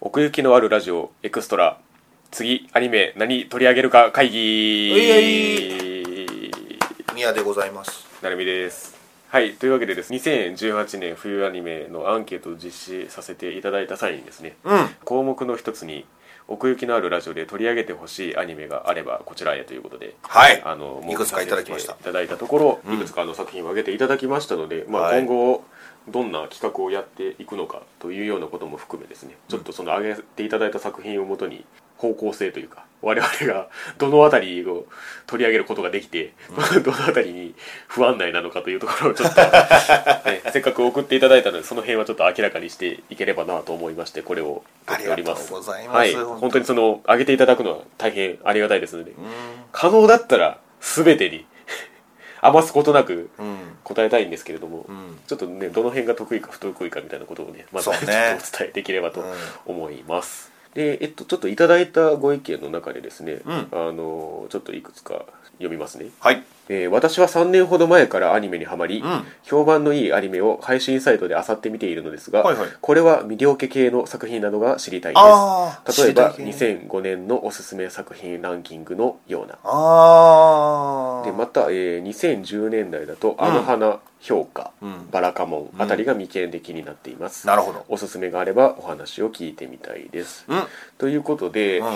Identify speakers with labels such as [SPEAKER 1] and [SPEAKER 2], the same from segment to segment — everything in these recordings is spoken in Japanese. [SPEAKER 1] 奥行きのあるラジオエクストラ次アニメ何取り上げるか会
[SPEAKER 2] おいお
[SPEAKER 1] 議
[SPEAKER 2] 宮でございます
[SPEAKER 1] なるみですはいというわけでです2018年冬アニメのアンケートを実施させていただいた際にですね
[SPEAKER 2] うん
[SPEAKER 1] 項目の一つに奥行きのあるラジオで取り上げてほしいアニメがあればこちらへということで
[SPEAKER 2] はい
[SPEAKER 1] あの
[SPEAKER 2] いくつかいただきました
[SPEAKER 1] 設けていただいたところ、
[SPEAKER 2] うん
[SPEAKER 1] いくつかあの作品を挙げていただきましたので、まあ、
[SPEAKER 2] はい
[SPEAKER 1] 今後どんな企画をやっていくのかというようなことも含めですね、ちょっとその挙げていただいた作品をもとに方向性というか我々がどの辺りを取り上げることができて、 どの辺りに不安内なのかというところをちょ っと、ねせっかく送っていただいたのでその辺はちょっと明らかにしていければなと思いましてこれを取っております
[SPEAKER 2] ありがとうございます
[SPEAKER 1] はい、
[SPEAKER 2] 本当に
[SPEAKER 1] 本当にその上げていただくのは大変ありがたいですので、可能だったら全てに 余すことなく
[SPEAKER 2] うん
[SPEAKER 1] 答えたいんですけれども、
[SPEAKER 2] ん
[SPEAKER 1] ちょっとねどの辺が得意か不得意かみたいなことをねまず
[SPEAKER 2] そう
[SPEAKER 1] ちょっとお
[SPEAKER 2] ね
[SPEAKER 1] 伝えできればと
[SPEAKER 2] うん
[SPEAKER 1] 思います、でえっとちょっといただいたご意見の中でですね、
[SPEAKER 2] うん
[SPEAKER 1] あのちょっといくつか読みますね
[SPEAKER 2] はい
[SPEAKER 1] えー私は3年ほど前からアニメにはまり、
[SPEAKER 2] うん
[SPEAKER 1] 評判のいいアニメを配信サイトで漁って見ているのですが、
[SPEAKER 2] はいはい
[SPEAKER 1] これは魅了家系の作品などが知りたい
[SPEAKER 2] あ
[SPEAKER 1] で
[SPEAKER 2] ー
[SPEAKER 1] す例えば
[SPEAKER 2] 知りたい
[SPEAKER 1] 2005年のおすすめ作品ランキングのような
[SPEAKER 2] ああ
[SPEAKER 1] でまた、えー2010年代だと「あの花」評価、
[SPEAKER 2] うん
[SPEAKER 1] バラカモン」あたりが未見で気になっています、
[SPEAKER 2] なるほど
[SPEAKER 1] おすすめがあればお話を聞いてみたいです、
[SPEAKER 2] うん
[SPEAKER 1] ということで、
[SPEAKER 2] うん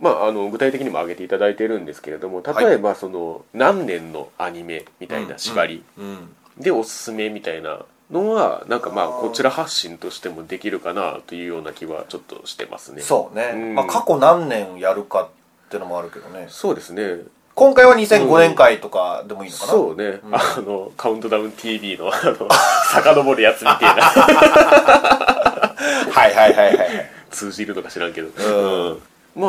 [SPEAKER 1] まあ、あの具体的にも挙げていただいてるんですけれども
[SPEAKER 2] はい
[SPEAKER 1] 例えばその、何年のアニメみたいな縛り
[SPEAKER 2] うん
[SPEAKER 1] でおすすめみたいなのはなんかまあこちら発信としてもできるかなというような気はちょっとしてますね
[SPEAKER 2] そうね、
[SPEAKER 1] うん
[SPEAKER 2] まあ過去何年やるかってのもあるけどね
[SPEAKER 1] そうですね
[SPEAKER 2] 今回は2005年会とかでもいいのかな、
[SPEAKER 1] そうね、あのカウントダウン TV のあの 遡るやつみたいな
[SPEAKER 2] はいはいはいはい
[SPEAKER 1] 通じるのか知らんけど、
[SPEAKER 2] うん
[SPEAKER 1] うんま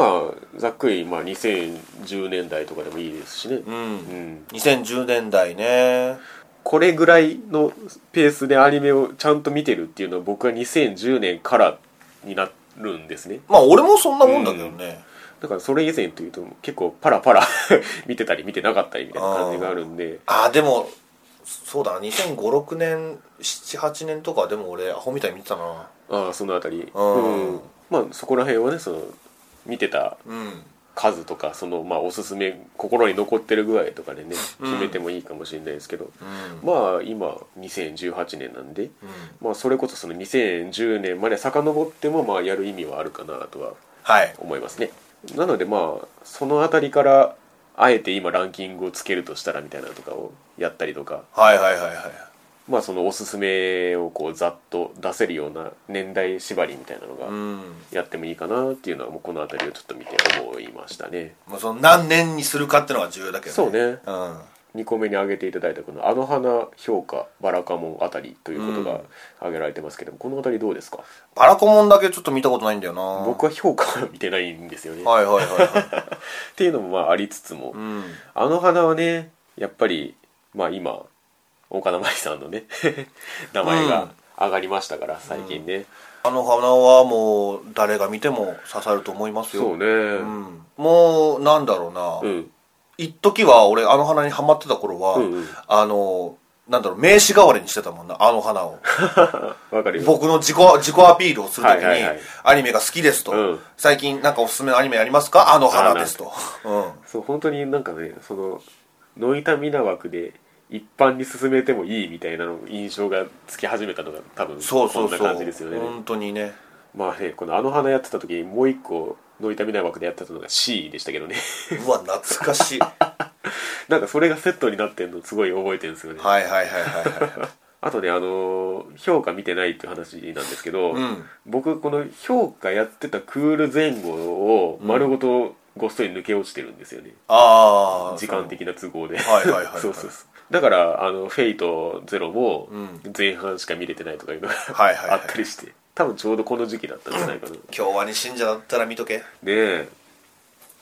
[SPEAKER 1] あざっくり、まあ、2010年代とかでもいいですしね、
[SPEAKER 2] う
[SPEAKER 1] うんん
[SPEAKER 2] 2010年代ね
[SPEAKER 1] これぐらいのペースでアニメをちゃんと見てるっていうのは僕は2010年からになるんですね
[SPEAKER 2] まあ俺もそんなもんだけどね、
[SPEAKER 1] だからそれ以前というと結構パラパ ラ見てたり見てなかったりみたいな感じがあるんで
[SPEAKER 2] ああでもそうだな2056年78年とかでも俺アホみたいに見てたな
[SPEAKER 1] ああそのあたり
[SPEAKER 2] あー
[SPEAKER 1] うんまあそこら辺はねその見てた
[SPEAKER 2] うん
[SPEAKER 1] 数とかそのまあおすすめ心に残ってる具合とかでね
[SPEAKER 2] うん
[SPEAKER 1] 決めてもいいかもしれないですけど、
[SPEAKER 2] うん
[SPEAKER 1] まあ今2018年なんで、まあ、それこそその2010年まで遡ってもまあやる意味はあるかなとは
[SPEAKER 2] はい
[SPEAKER 1] 思いますねなのでまあその辺りからあえて今ランキングをつけるとしたらみたいなのとかをやったりとか
[SPEAKER 2] はいはいはいはい
[SPEAKER 1] まあそのおすすめをこうざっと出せるような年代縛りみたいなの
[SPEAKER 2] う
[SPEAKER 1] が
[SPEAKER 2] ん
[SPEAKER 1] やってもいいかなっていうのはもうこの辺りをちょっと見て思いましたね
[SPEAKER 2] まあその何年にするかってのが重要だけど
[SPEAKER 1] そうね
[SPEAKER 2] うん
[SPEAKER 1] 2個目に挙げていただいたこの「あの花評価バラカモンあたり」ということ
[SPEAKER 2] う
[SPEAKER 1] が
[SPEAKER 2] ん
[SPEAKER 1] 挙げられてますけども、このあたりどうですか
[SPEAKER 2] バラコモンだけちょっと見たことないんだよな
[SPEAKER 1] 僕は評価は見てないんですよね、っ
[SPEAKER 2] はいはいはいはい
[SPEAKER 1] て いうのもまあありつつも、
[SPEAKER 2] うん
[SPEAKER 1] あの花はねやっぱりまあ今岡田真理さんのね 名前が上がりましたから、最近ね、
[SPEAKER 2] あの花はもう誰が見ても刺さると思いますよ
[SPEAKER 1] そうね
[SPEAKER 2] う
[SPEAKER 1] うん、
[SPEAKER 2] ん、もうなんだろうな、
[SPEAKER 1] うん
[SPEAKER 2] 一時は俺あの花にハマってた頃は、
[SPEAKER 1] うんうん
[SPEAKER 2] あのなんだろう名刺代わりにしてたもんなあの花を
[SPEAKER 1] わかるよ
[SPEAKER 2] 僕の自己自己アピールをするときに、
[SPEAKER 1] はいはいはい
[SPEAKER 2] アニメが好きですと、
[SPEAKER 1] うん
[SPEAKER 2] 最近なんかおすすめのアニメありますかあの花ですとう
[SPEAKER 1] そう本当になんかねそのノイタミナ枠で一般に進めてもいいみたいなの印象がつき始めたのが多分
[SPEAKER 2] んそう
[SPEAKER 1] こ
[SPEAKER 2] そうんそ
[SPEAKER 1] な
[SPEAKER 2] う
[SPEAKER 1] 感じですよね
[SPEAKER 2] 本当にね
[SPEAKER 1] まあねこの「あの花」やってた時にもう一個ノイタミナ枠でやってたのが C でしたけどね
[SPEAKER 2] うわ懐かし いは
[SPEAKER 1] なんかそれがセットになってんのすごい覚えてるんですよね
[SPEAKER 2] いはいはいはいはい
[SPEAKER 1] あとねあのー評価見てないっていう話なんですけど、
[SPEAKER 2] うん
[SPEAKER 1] 僕この評価やってたクール前後を丸ごとごっそり抜け落ちてるんですよね、
[SPEAKER 2] ああ
[SPEAKER 1] 時間的な都合で
[SPEAKER 2] はいはいはいはい
[SPEAKER 1] そうそうそうだからあの「フェイトゼロも
[SPEAKER 2] うん
[SPEAKER 1] 前半しか見れてないとかいうのが
[SPEAKER 2] はいはいは
[SPEAKER 1] あ
[SPEAKER 2] い
[SPEAKER 1] ったりして多分ちょうどこの時期だったんじゃないかなね
[SPEAKER 2] 今日はに信者だったら見とけ
[SPEAKER 1] え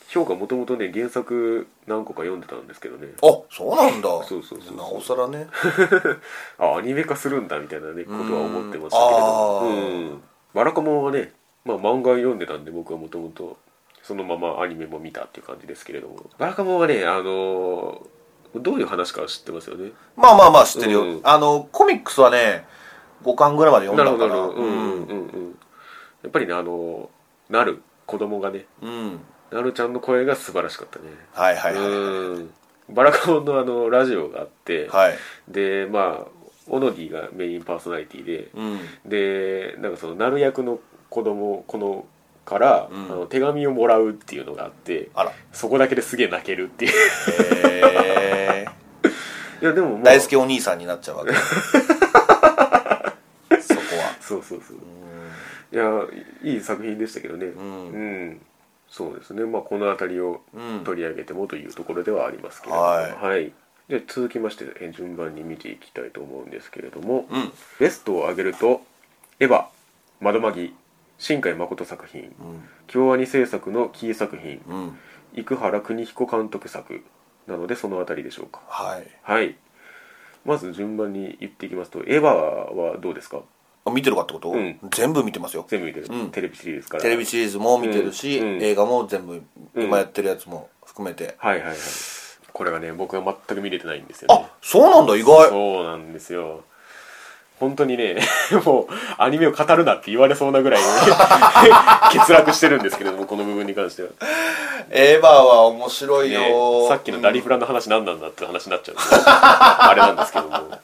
[SPEAKER 1] 評価もともとね原作何個か読んでたんですけどね
[SPEAKER 2] あそうなんだ
[SPEAKER 1] そうそうそう
[SPEAKER 2] なおさらね
[SPEAKER 1] あアニメ化するんだみたいなねことは思ってましたけれども
[SPEAKER 2] うん
[SPEAKER 1] うんバラカモンはね、まあ、漫画読んでたんで僕はもともとそのままアニメも見たっていう感じですけれどもバラカモンはねあのーどういう話かは知ってますよね
[SPEAKER 2] まあまあまあ知ってるよ、
[SPEAKER 1] うん
[SPEAKER 2] あのコミックスはね5巻ぐらいまで読ん
[SPEAKER 1] なる
[SPEAKER 2] だ
[SPEAKER 1] ほど
[SPEAKER 2] か
[SPEAKER 1] なる
[SPEAKER 2] ら
[SPEAKER 1] ほどうんうんう
[SPEAKER 2] うん
[SPEAKER 1] んうんやっぱりねあのなる子供がね
[SPEAKER 2] うん
[SPEAKER 1] なるちゃんの声が素晴らしかったね
[SPEAKER 2] はいはいはい
[SPEAKER 1] うんバラカモンのあのラジオがあって、
[SPEAKER 2] はい
[SPEAKER 1] でまあオノディがメインパーソナリティで
[SPEAKER 2] うん
[SPEAKER 1] でなんかそのなる役の子供このから、
[SPEAKER 2] うん
[SPEAKER 1] あの手紙をもらうっていうのがあって
[SPEAKER 2] あら
[SPEAKER 1] そこだけですげえ泣けるっていう
[SPEAKER 2] へ え
[SPEAKER 1] いやでも、まあ、
[SPEAKER 2] 大輔お兄さんになっちゃう わけそこは
[SPEAKER 1] そうそうそう
[SPEAKER 2] う
[SPEAKER 1] いやいい作品でしたけどねうん
[SPEAKER 2] うん
[SPEAKER 1] んそうですねまあこの辺りを
[SPEAKER 2] うん
[SPEAKER 1] 取り上げてもというところではありますけれども
[SPEAKER 2] はい
[SPEAKER 1] はい、で続きましてえ順番に見ていきたいと思うんですけれども、
[SPEAKER 2] うん
[SPEAKER 1] ベストを挙げると「エヴァ」「窓まぎ」新海誠作品
[SPEAKER 2] うん
[SPEAKER 1] 京アニ制作のキー作品
[SPEAKER 2] うん
[SPEAKER 1] 生原邦彦監督作なのでそのあたりでしょうか
[SPEAKER 2] はい
[SPEAKER 1] はいまず順番に言っていきますと「エヴァ」はどうですか
[SPEAKER 2] あ見てるかってこと、
[SPEAKER 1] うん
[SPEAKER 2] 全部見てますよ
[SPEAKER 1] 全部見てる、
[SPEAKER 2] うん
[SPEAKER 1] テレビシリーズから
[SPEAKER 2] テレビシリーズも見てるし、
[SPEAKER 1] うんうん
[SPEAKER 2] 映画も全部
[SPEAKER 1] うん
[SPEAKER 2] 今やってるやつも含めて、
[SPEAKER 1] はいはいはいこれがね僕は全く見れてないんですよね
[SPEAKER 2] あそうなんだ意外
[SPEAKER 1] そうなんですよ本当にね もうアニメを語るなって言われそうなぐらい、ね、 欠落してるんですけれどもこの部分に関しては
[SPEAKER 2] エヴァは面白いよ、
[SPEAKER 1] ねさっきのダリフラの話何なんだって話になっちゃ うんであれなんですけども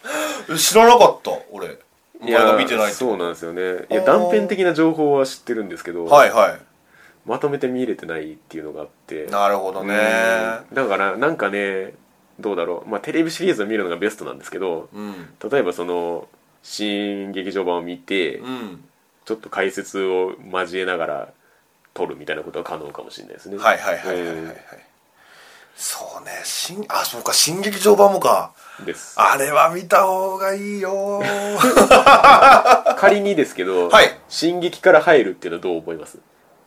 [SPEAKER 2] うん知らなかった俺お前が見てないって
[SPEAKER 1] そうなんですよねいや
[SPEAKER 2] あー
[SPEAKER 1] 断片的な情報は知ってるんですけど、
[SPEAKER 2] はいは
[SPEAKER 1] まとめて見れてないっていうのがあって
[SPEAKER 2] いなるほどね
[SPEAKER 1] うんだからなんかねどうだろう、まあ、テレビシリーズを見るのがベストなんですけど
[SPEAKER 2] うん
[SPEAKER 1] 例えばその新劇場版を見て、
[SPEAKER 2] うん
[SPEAKER 1] ちょっと解説を交えながら撮るみたいなことは可能かもしれないですね
[SPEAKER 2] はいはいはいはいはい、は
[SPEAKER 1] う
[SPEAKER 2] いそうね新あそうか新劇場版もか
[SPEAKER 1] んです
[SPEAKER 2] あれは見た方がいい よ
[SPEAKER 1] 仮にですけど、
[SPEAKER 2] はい
[SPEAKER 1] 進撃から入るっていうのはどう思います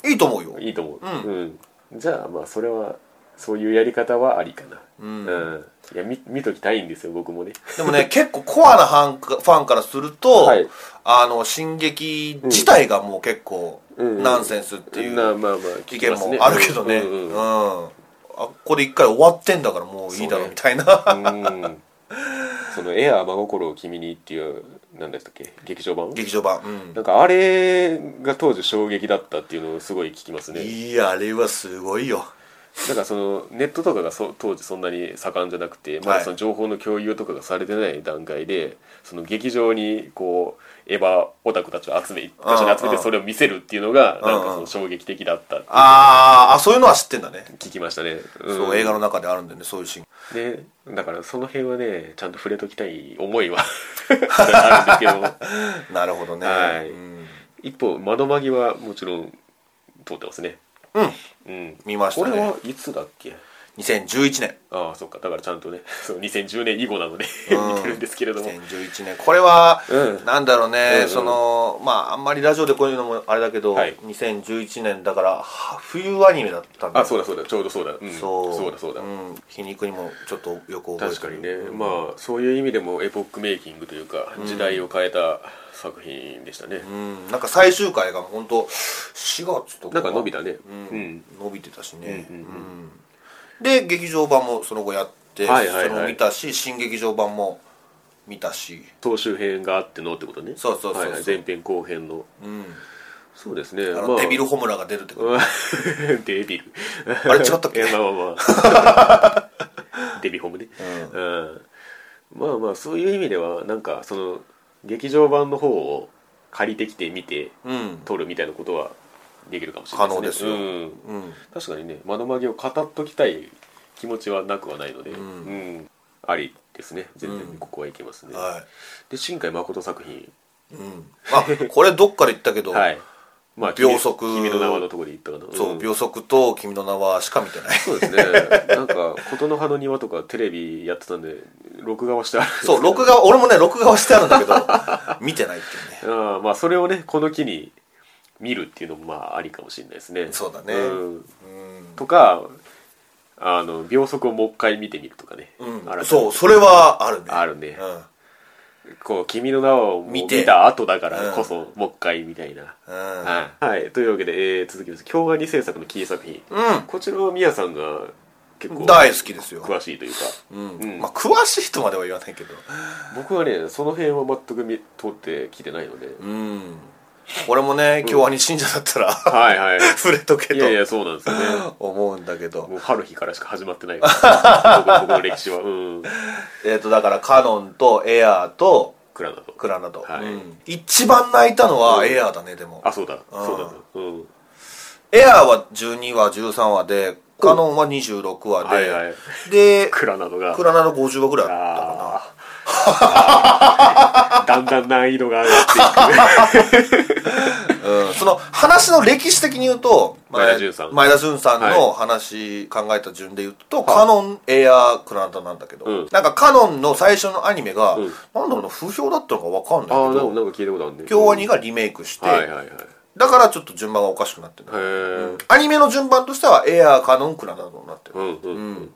[SPEAKER 2] いいと思うよ
[SPEAKER 1] いいと思う、
[SPEAKER 2] うん
[SPEAKER 1] うんじゃあまあそれはそういうやり方はありかな
[SPEAKER 2] うん
[SPEAKER 1] いや見見ときたいんですよ僕もね
[SPEAKER 2] でもね 結構コアなファンかファンからすると、
[SPEAKER 1] はい
[SPEAKER 2] あの進撃自体がもう結構
[SPEAKER 1] うん
[SPEAKER 2] ナンセンスってい
[SPEAKER 1] な
[SPEAKER 2] う
[SPEAKER 1] まあまあ
[SPEAKER 2] 意
[SPEAKER 1] 聞き
[SPEAKER 2] 見
[SPEAKER 1] ますね
[SPEAKER 2] もあるけどね
[SPEAKER 1] うんうん
[SPEAKER 2] う
[SPEAKER 1] うんん
[SPEAKER 2] あここで一回終わってんだからもういいだろうみたいな、
[SPEAKER 1] うんその「エアー真心を君に」っていう何でしたっけ劇場版
[SPEAKER 2] 劇場版、うん
[SPEAKER 1] なんかあれが当時衝撃だったっていうのをすごい聞きますね
[SPEAKER 2] いやあれはすごいよ
[SPEAKER 1] なんかそのネットとかがそ当時そんなに盛んじゃなくてま
[SPEAKER 2] は
[SPEAKER 1] だ
[SPEAKER 2] い
[SPEAKER 1] その情報の共有とかがされてない段階で、その劇場にこうエヴァオタクたちを集め一箇所に集め
[SPEAKER 2] うんう
[SPEAKER 1] て
[SPEAKER 2] ん
[SPEAKER 1] それを見せるっていうのが
[SPEAKER 2] うん
[SPEAKER 1] なんかその衝撃的だったって
[SPEAKER 2] あーあそういうのは知ってんだね、
[SPEAKER 1] 聞きましたね、ん
[SPEAKER 2] そう映画の中であるんだよねそういうシーン
[SPEAKER 1] ねだからその辺はねちゃんと触れときたい思いは あるんですけど
[SPEAKER 2] なるほどね、
[SPEAKER 1] はい
[SPEAKER 2] うん
[SPEAKER 1] 一方窓まぎはもちろん通ってますね
[SPEAKER 2] うん
[SPEAKER 1] うん
[SPEAKER 2] 見まし
[SPEAKER 1] こ
[SPEAKER 2] た
[SPEAKER 1] れ
[SPEAKER 2] ね
[SPEAKER 1] はいつだっけ
[SPEAKER 2] 2011年
[SPEAKER 1] ああそっかだからちゃんとね そう2010年以後なので
[SPEAKER 2] うん
[SPEAKER 1] 見てるんですけれども
[SPEAKER 2] 2011年これは、
[SPEAKER 1] うん
[SPEAKER 2] なんだろうね、
[SPEAKER 1] うんうん
[SPEAKER 2] そのまああんまりラジオでこういうのもあれだけど、
[SPEAKER 1] はい
[SPEAKER 2] 2011年だからは冬アニメだったんだ
[SPEAKER 1] あそうだそうだちょうどそうだ、うん、
[SPEAKER 2] そう
[SPEAKER 1] だそうだ、
[SPEAKER 2] ん皮肉にもちょっとよく覚えてる
[SPEAKER 1] 確かにね、まあそういう意味でもエポックメイキングというか時代を変えた作品でしたね、
[SPEAKER 2] うんなんか最終回が本当4月とか
[SPEAKER 1] なんか伸びたね
[SPEAKER 2] う
[SPEAKER 1] うんん、
[SPEAKER 2] 伸びてたしね、
[SPEAKER 1] う
[SPEAKER 2] うんん
[SPEAKER 1] うん
[SPEAKER 2] で劇場版もその後やって、
[SPEAKER 1] はいはいはい
[SPEAKER 2] それも見たし新劇場版も見たし
[SPEAKER 1] 総集編があってのってことね
[SPEAKER 2] そうそうそうそう
[SPEAKER 1] はいはい前編後編の
[SPEAKER 2] うん
[SPEAKER 1] そうですね
[SPEAKER 2] あの、
[SPEAKER 1] まあ
[SPEAKER 2] デビルホムラが出るってこと、
[SPEAKER 1] うん デビル
[SPEAKER 2] あれ違ったっけ
[SPEAKER 1] いや まあまあまあデビホームね
[SPEAKER 2] う
[SPEAKER 1] うん、まあまあそういう意味ではなんかその劇場版の方を借りてきて見て
[SPEAKER 2] うん
[SPEAKER 1] 撮るみたいなことはできるかもしれないね
[SPEAKER 2] 可能
[SPEAKER 1] うん
[SPEAKER 2] うん
[SPEAKER 1] 確かにね窓曲げを語っときたい気持ちはなくはないので、うん
[SPEAKER 2] ん
[SPEAKER 1] ありですね全
[SPEAKER 2] う
[SPEAKER 1] 然
[SPEAKER 2] ん
[SPEAKER 1] ここはいけますね、
[SPEAKER 2] は
[SPEAKER 1] で新海誠作品
[SPEAKER 2] い、うん、あこれどっから言ったけど、
[SPEAKER 1] はいまあ
[SPEAKER 2] 秒速
[SPEAKER 1] 君の名はのところで言ったかな
[SPEAKER 2] そ
[SPEAKER 1] ん
[SPEAKER 2] う秒速と君の名はしか見てない
[SPEAKER 1] そうですねなんか「琴の葉の庭」とかテレビやってたんで録画はしてあるんですけど
[SPEAKER 2] そう録画俺もね録画はしてあるんだけど 見てないっていうね
[SPEAKER 1] ああまあそれをねこの機に見るっていうのもまあありかもしれないですね
[SPEAKER 2] そうだね
[SPEAKER 1] ん
[SPEAKER 2] う
[SPEAKER 1] とかあの秒速をもう一回見てみるとかね、
[SPEAKER 2] ん、
[SPEAKER 1] 改めて
[SPEAKER 2] そうそれはあるね
[SPEAKER 1] あるね
[SPEAKER 2] うん
[SPEAKER 1] こう「君の名を見
[SPEAKER 2] 見て
[SPEAKER 1] 見た後だからこそ、もう一回みたいな、
[SPEAKER 2] うん、
[SPEAKER 1] はい、はい、というわけで、えー続きまして京アニ制作のキー作品、
[SPEAKER 2] う
[SPEAKER 1] こちらは宮さんが結構
[SPEAKER 2] ん、大好きですよ、
[SPEAKER 1] 詳しいというか、
[SPEAKER 2] うん
[SPEAKER 1] うん
[SPEAKER 2] まあ、詳しいとまでは言わないけど
[SPEAKER 1] 僕はねその辺は全く見通ってきてないので、
[SPEAKER 2] うん俺もね京アニ信者だったら、
[SPEAKER 1] はい はい
[SPEAKER 2] 触れとけ
[SPEAKER 1] いやいや
[SPEAKER 2] と
[SPEAKER 1] そうなんです よね
[SPEAKER 2] 思うんだけど
[SPEAKER 1] もう春日からしか始まってないから僕の僕の歴史はうん
[SPEAKER 2] えっ、とだからカノンとエアーと
[SPEAKER 1] クラナド
[SPEAKER 2] クラナド、
[SPEAKER 1] はい
[SPEAKER 2] うん一番泣いたのはエアーだねでも
[SPEAKER 1] あそうだ
[SPEAKER 2] あー
[SPEAKER 1] そうだそうだうん
[SPEAKER 2] エアーは12話13話でカノンは26話で、
[SPEAKER 1] はいはい
[SPEAKER 2] で
[SPEAKER 1] クラナドが
[SPEAKER 2] クラナド50話ぐらいあったかな
[SPEAKER 1] あ ーだんだん難易度が上がってい
[SPEAKER 2] うんその話の歴史的に言うと
[SPEAKER 1] 前田純さん
[SPEAKER 2] 前田純さんの話、考えた順で言うと、カノンエアークラナダなんだけど、
[SPEAKER 1] うん
[SPEAKER 2] なんかカノンの最初のアニメが、
[SPEAKER 1] うん
[SPEAKER 2] なんだろうな不評だったのかわかん
[SPEAKER 1] くああ
[SPEAKER 2] ない
[SPEAKER 1] な
[SPEAKER 2] け
[SPEAKER 1] んか
[SPEAKER 2] ど
[SPEAKER 1] なんか聞いたことあるね
[SPEAKER 2] 京アニがリメイクして、
[SPEAKER 1] はいはいはいへ
[SPEAKER 2] だからちょっと順番がおかしくなってる、
[SPEAKER 1] え
[SPEAKER 2] アニメの順番としてはエアーカノンクラナダになってる、
[SPEAKER 1] うんうんうん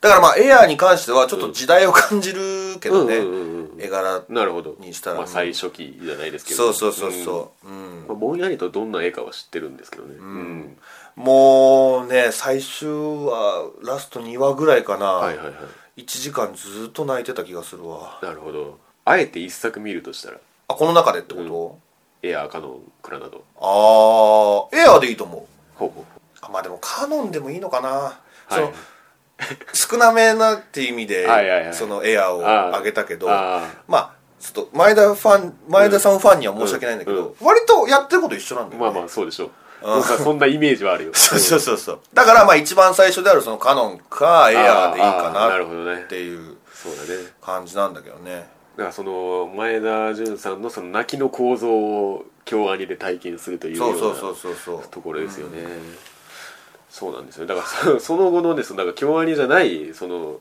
[SPEAKER 2] だからまあエアーに関してはちょっと時代を感じるけどね、
[SPEAKER 1] うんうんうん
[SPEAKER 2] 絵柄
[SPEAKER 1] なるほど
[SPEAKER 2] にしたら
[SPEAKER 1] まあ、最初期じゃないですけ
[SPEAKER 2] そ
[SPEAKER 1] ど
[SPEAKER 2] うそうそうそう、うん
[SPEAKER 1] うんまあ、ぼんやりとどんな絵かは知ってるんですけどねうん
[SPEAKER 2] もうね最終話ラスト2話ぐらいかな、
[SPEAKER 1] はいはいはい
[SPEAKER 2] 1時間ずっと泣いてた気がするわ
[SPEAKER 1] なるほどあえて一作見るとしたら
[SPEAKER 2] あこの中でってこと、
[SPEAKER 1] エアーカノンクラなど
[SPEAKER 2] ああエアーでいいと思う
[SPEAKER 1] ほうほ
[SPEAKER 2] あまあでもカノンでもいいのかな、
[SPEAKER 1] う
[SPEAKER 2] そ
[SPEAKER 1] はい
[SPEAKER 2] の 少なめなっていう意味で、
[SPEAKER 1] はいはいはい
[SPEAKER 2] そのエアーを上げたけど
[SPEAKER 1] あ
[SPEAKER 2] まあちょっと前田ファン前田さんファンには申し訳ないんだけど、
[SPEAKER 1] うんうん
[SPEAKER 2] 割とやってること一緒なんだ
[SPEAKER 1] あ
[SPEAKER 2] よね、
[SPEAKER 1] まあまあそうでしょうなんかそんなイメージはあるよ
[SPEAKER 2] そうそうそうそうだからまあ一番最初であるそのカノンかエアーでいいか
[SPEAKER 1] あーあーなる
[SPEAKER 2] な
[SPEAKER 1] ほどね
[SPEAKER 2] っていう
[SPEAKER 1] そうだね
[SPEAKER 2] 感じなんだけどね
[SPEAKER 1] だからその前田純さんのその泣きの構造を京アニで体験するというよう
[SPEAKER 2] そう
[SPEAKER 1] な
[SPEAKER 2] そうそうそうそう
[SPEAKER 1] ところですよね、そうなんですよだからそその後のですなんか京アニじゃないその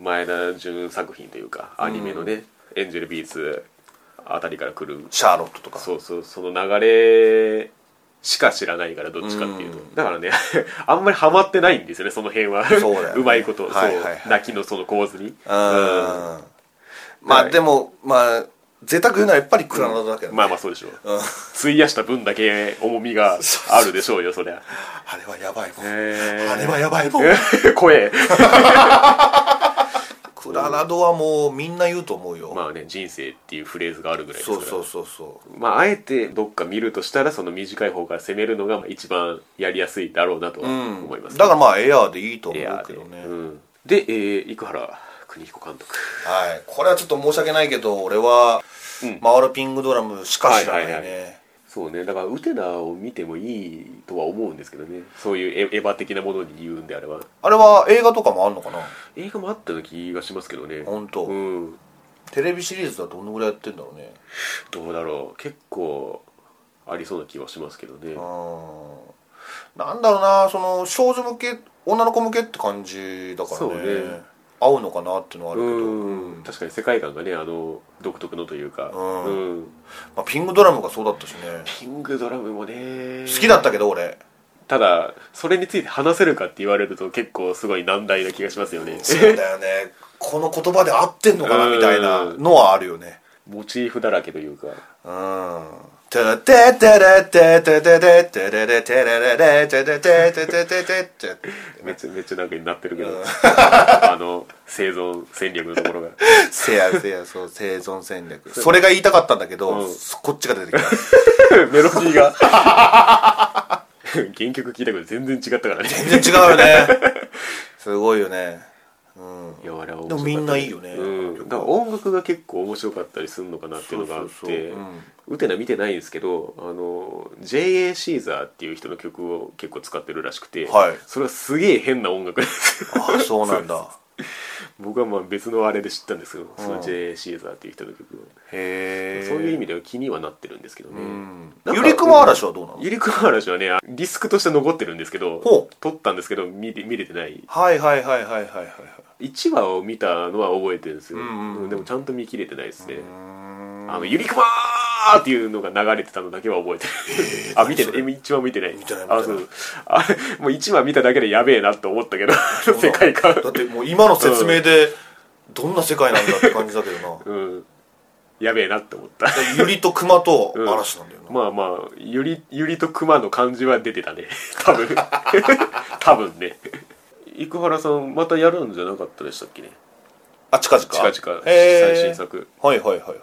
[SPEAKER 1] 前田純作品というかアニメのね、エンジェルビーツあたりから来る
[SPEAKER 2] シャーロットとか
[SPEAKER 1] そうそうその流れしか知らないからどっちかっていうと、
[SPEAKER 2] うん
[SPEAKER 1] だからね あんまりハマってないんですよねその辺は
[SPEAKER 2] そうだよね
[SPEAKER 1] まいこと、
[SPEAKER 2] はいはいはい
[SPEAKER 1] そう泣きのその構図に
[SPEAKER 2] うんまあ
[SPEAKER 1] はい
[SPEAKER 2] でもまあ贅沢言うのはやっぱりクラナドだけどね
[SPEAKER 1] まあまあそうでしょう、
[SPEAKER 2] うん
[SPEAKER 1] 費やした分だけ重みがあるでしょうよそりゃ
[SPEAKER 2] あれはやばいもん
[SPEAKER 1] へー
[SPEAKER 2] あれはやばいもん
[SPEAKER 1] 声
[SPEAKER 2] クラナドはもうみんな言うと思うよ
[SPEAKER 1] まあね人生っていうフレーズがあるぐらいですか
[SPEAKER 2] そ
[SPEAKER 1] ら
[SPEAKER 2] うそうそうそう
[SPEAKER 1] まああえてどっか見るとしたらその短い方から攻めるのが一番やりやすいだろうなとは
[SPEAKER 2] うん
[SPEAKER 1] 思います、
[SPEAKER 2] だからまあエアーでいいと思
[SPEAKER 1] エア
[SPEAKER 2] う
[SPEAKER 1] ー
[SPEAKER 2] け
[SPEAKER 1] で
[SPEAKER 2] どね
[SPEAKER 1] うんで、えー生原邦彦監督
[SPEAKER 2] はいこれはちょっと申し訳ないけど俺は
[SPEAKER 1] うん
[SPEAKER 2] マオルピングドラムしか知らない
[SPEAKER 1] はいはい
[SPEAKER 2] ね
[SPEAKER 1] そうねだからウテナを見てもいいとは思うんですけどねそういうエエヴァ的なものに言うんであれば
[SPEAKER 2] あれは映画とかもあんのかな
[SPEAKER 1] 映画もあったような気がしますけどね
[SPEAKER 2] 本当
[SPEAKER 1] うん
[SPEAKER 2] テレビシリーズはどのぐらいやってんだろうね
[SPEAKER 1] どうだろう結構ありそうな気はしますけどね
[SPEAKER 2] うんなんだろうなその少女向け女の子向けって感じだから
[SPEAKER 1] そう
[SPEAKER 2] ね
[SPEAKER 1] ね
[SPEAKER 2] 合うのかなっていうのはあるけど、
[SPEAKER 1] うん確かに世界観がねあの独特のというか
[SPEAKER 2] う
[SPEAKER 1] ん
[SPEAKER 2] んまあ、ピングドラムがそうだったしね
[SPEAKER 1] キングドラムもね
[SPEAKER 2] 好きだったけど俺
[SPEAKER 1] ただそれについて話せるかって言われると結構すごい難題な気がしますよね
[SPEAKER 2] そうだよねこの言葉で合ってんのかな
[SPEAKER 1] うん
[SPEAKER 2] みたいなのはあるよね
[SPEAKER 1] モチーフだらけというか
[SPEAKER 2] うん「テレテテレテテテテテレレテレレレテテテテテテテテ」
[SPEAKER 1] めっちゃめっちゃなんかになってるけど、あの生存戦略のとこ ろが
[SPEAKER 2] せやせやそう生存戦略それが言いたかったんだけど、
[SPEAKER 1] うん
[SPEAKER 2] こっちが出てきた
[SPEAKER 1] メロディーが 原曲聞いたけど全然違ったからね
[SPEAKER 2] 全然違うよねすごいよねうん
[SPEAKER 1] いやあれは面白かった
[SPEAKER 2] でもみんないいよね
[SPEAKER 1] うん、だから音楽が結構面白かったりするのかなっていうのがあって
[SPEAKER 2] そうそうそううん
[SPEAKER 1] ウテナ見てないんですけどあの J.A. シーザーっていう人の曲を結構使ってるらしくて、
[SPEAKER 2] はい
[SPEAKER 1] それはすげえ変な音楽です
[SPEAKER 2] あ そうなんだ
[SPEAKER 1] 僕はまあ別のあれで知ったんですけど、その
[SPEAKER 2] うん
[SPEAKER 1] J.A. シーザーっていう人の曲を、
[SPEAKER 2] へえ
[SPEAKER 1] そういう意味では気にはなってるんですけどね、なんか
[SPEAKER 2] ゆりくま嵐はどうなの
[SPEAKER 1] ゆりくま嵐はねディスクとして残ってるんですけど
[SPEAKER 2] ほう
[SPEAKER 1] 撮ったんですけど見て見れてない
[SPEAKER 2] はいはいはいはいはいはいはい
[SPEAKER 1] 1話を見たのは覚えてるんですよ、
[SPEAKER 2] うんうんうん
[SPEAKER 1] でもちゃんと見切れてないですね、
[SPEAKER 2] うーん
[SPEAKER 1] あの、ゆりくまーっていうのが流れてたのだけは覚えてる。あ、見てない。え一話見てない。
[SPEAKER 2] 見てない
[SPEAKER 1] あ、
[SPEAKER 2] 見て
[SPEAKER 1] そ。
[SPEAKER 2] ないう
[SPEAKER 1] あれ、もう一話見ただけでやべえなと思ったけど、 世界
[SPEAKER 2] だっ
[SPEAKER 1] 観。
[SPEAKER 2] てもう今の説明でどんな世界なんだって感じだけどな
[SPEAKER 1] うん。やべえなって思った。
[SPEAKER 2] でゆりとくまと嵐なんだよな、
[SPEAKER 1] まあまあ、ゆり、ゆりとくまの感じは出てたね。 多分。多分ね。生原さん、またやるんじゃなかったでしたっけね。
[SPEAKER 2] あ近々
[SPEAKER 1] 近々、
[SPEAKER 2] へー
[SPEAKER 1] 最新作。
[SPEAKER 2] はいはいはいはい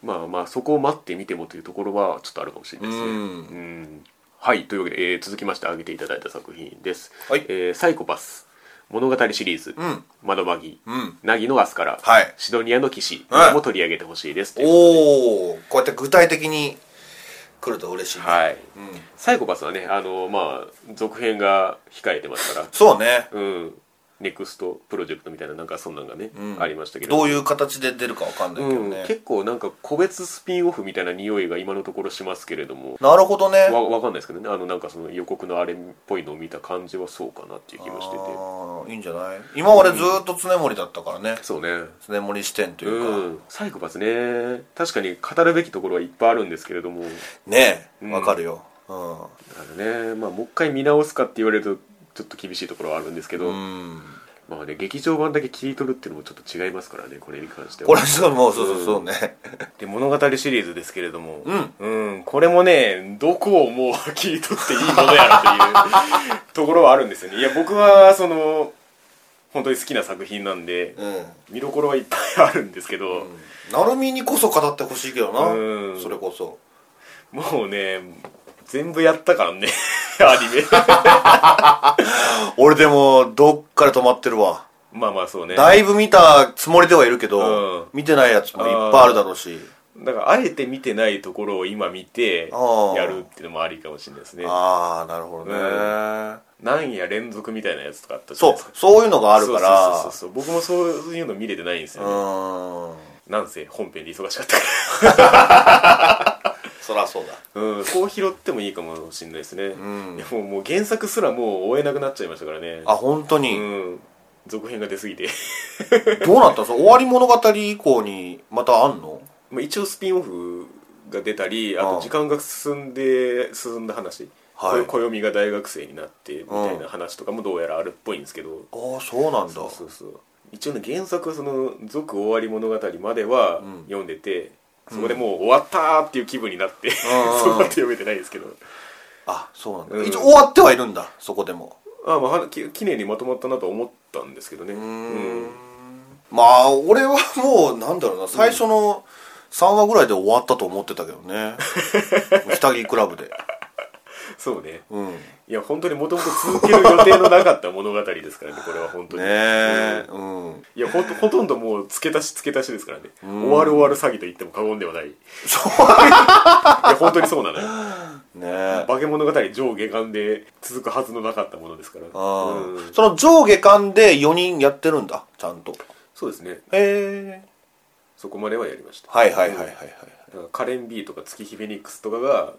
[SPEAKER 1] まあまあそこを待ってみてもというところはちょっとあるかもしれないですね
[SPEAKER 2] うん
[SPEAKER 1] うんはいというわけで、えー続きまして挙げていただいた作品です、
[SPEAKER 2] はい
[SPEAKER 1] えーサイコパス」物語シリーズ「
[SPEAKER 2] ん
[SPEAKER 1] 窓マギ」
[SPEAKER 2] うん
[SPEAKER 1] 凪のアスカラ」
[SPEAKER 2] はい
[SPEAKER 1] シドニアの騎士」
[SPEAKER 2] はい
[SPEAKER 1] も取り上げてほしいですという
[SPEAKER 2] おおこうやって具体的に来ると嬉しいね、
[SPEAKER 1] はい、
[SPEAKER 2] うん、
[SPEAKER 1] サイコパスはねあのまあ続編が控えてますから
[SPEAKER 2] そうね
[SPEAKER 1] うんネクストプロジェクトみたいななんかそんなんがね、
[SPEAKER 2] うん
[SPEAKER 1] ありましたけど
[SPEAKER 2] どういう形で出るかわかんないけど
[SPEAKER 1] うん
[SPEAKER 2] ね、、
[SPEAKER 1] 結構なんか個別スピンオフみたいな匂いが今のところしますけれども
[SPEAKER 2] なるほどね
[SPEAKER 1] わわかんないですけどねあのなんかその予告のあれっぽいのを見た感じはそうかなっていう気もしてて
[SPEAKER 2] あーいいんじゃない今俺ずーっと常盛だったからね、
[SPEAKER 1] そうね
[SPEAKER 2] 常盛視点というか、
[SPEAKER 1] うんサイコパスね確かに語るべきところはいっぱいあるんですけれども
[SPEAKER 2] ねえ
[SPEAKER 1] うん
[SPEAKER 2] わかるようん、
[SPEAKER 1] だからね、まあ、もう一回見直すかって言われるとちょっと厳しいところはあるんですけど、
[SPEAKER 2] うん、
[SPEAKER 1] まあね劇場版だけ切り取るっていうのもちょっと違いますからねこれに関しては
[SPEAKER 2] これはそうもうそうそうそうね、
[SPEAKER 1] で物語シリーズですけれども
[SPEAKER 2] うん
[SPEAKER 1] うんこれもねどこをもう切り取っていいものやらっていうところはあるんですよねいや僕はその本当に好きな作品なんで
[SPEAKER 2] うん
[SPEAKER 1] 見どころはいっぱいあるんですけど、
[SPEAKER 2] なるみにこそ語ってほしいけどな、
[SPEAKER 1] うん
[SPEAKER 2] それこそ
[SPEAKER 1] もうね全部やったからね アニメ
[SPEAKER 2] 俺でもどっかで止まってるわ
[SPEAKER 1] まあまあそうね
[SPEAKER 2] だいぶ見たつもりではいるけど、
[SPEAKER 1] うん
[SPEAKER 2] 見てないやつもいっぱいあるだろうし
[SPEAKER 1] だからあえて見てないところを今見て
[SPEAKER 2] あー
[SPEAKER 1] やるっていうのもありかもしれないですね
[SPEAKER 2] ああなるほどね、
[SPEAKER 1] うん何夜連続みたいなやつとかあったじゃないう
[SPEAKER 2] そ
[SPEAKER 1] ですか
[SPEAKER 2] そういうのがあるか
[SPEAKER 1] そう
[SPEAKER 2] ら
[SPEAKER 1] そうそうそう僕もそういうの見れてないんですよね、
[SPEAKER 2] うん
[SPEAKER 1] なんせ本編で忙しかったか
[SPEAKER 2] そりゃそうだ
[SPEAKER 1] らうんこう拾ってもいいかもしれないですね、
[SPEAKER 2] ん
[SPEAKER 1] いやもうもう原作すらもう追えなくなっちゃいましたからね
[SPEAKER 2] あ本当
[SPEAKER 1] う
[SPEAKER 2] に、
[SPEAKER 1] ん続編が出すぎて
[SPEAKER 2] どうなったのその終わり物語以降にまたあんの
[SPEAKER 1] まあ一応スピンオフが出たりあ
[SPEAKER 2] あ
[SPEAKER 1] と
[SPEAKER 2] あ
[SPEAKER 1] 時間が進んで進んだ話
[SPEAKER 2] はい
[SPEAKER 1] こ暦が大学生になってみたいな話とかもどうやらあるっぽいんですけど
[SPEAKER 2] ああそうなんだ
[SPEAKER 1] そうそうそう一応ね原作はその「続終わり物語」までは
[SPEAKER 2] うん
[SPEAKER 1] 読んでて、そこでもう終わったーっていう気分になって、
[SPEAKER 2] ん
[SPEAKER 1] そうなって読めてないですけど
[SPEAKER 2] あそうなんだ、
[SPEAKER 1] うん
[SPEAKER 2] 一応終わってはいるんだそこでも
[SPEAKER 1] あまあはき綺麗にまとまったなとは思ったんですけどねうん
[SPEAKER 2] まあ俺はもうなんだろうな最初の3話ぐらいで終わったと思ってたけど ね下着クラブで
[SPEAKER 1] そうね
[SPEAKER 2] うん
[SPEAKER 1] いや本当にもともと続ける予定のなかった物語ですからねこれは本当
[SPEAKER 2] ね
[SPEAKER 1] に
[SPEAKER 2] えうん
[SPEAKER 1] いやほんとほとんどもう付け足し付け足しですからね終わる終わる詐欺と言っても過言では ないいや本当にそうなのよ
[SPEAKER 2] ねえ
[SPEAKER 1] 化け物語上下巻で続くはずのなかったものですから
[SPEAKER 2] あー
[SPEAKER 1] うん
[SPEAKER 2] その上下巻で4人やってるんだちゃんと
[SPEAKER 1] そうですね
[SPEAKER 2] へえ
[SPEAKER 1] そこまではやりました
[SPEAKER 2] はいはいはいはいはい
[SPEAKER 1] うんカレン B とか月日フェニックスとかが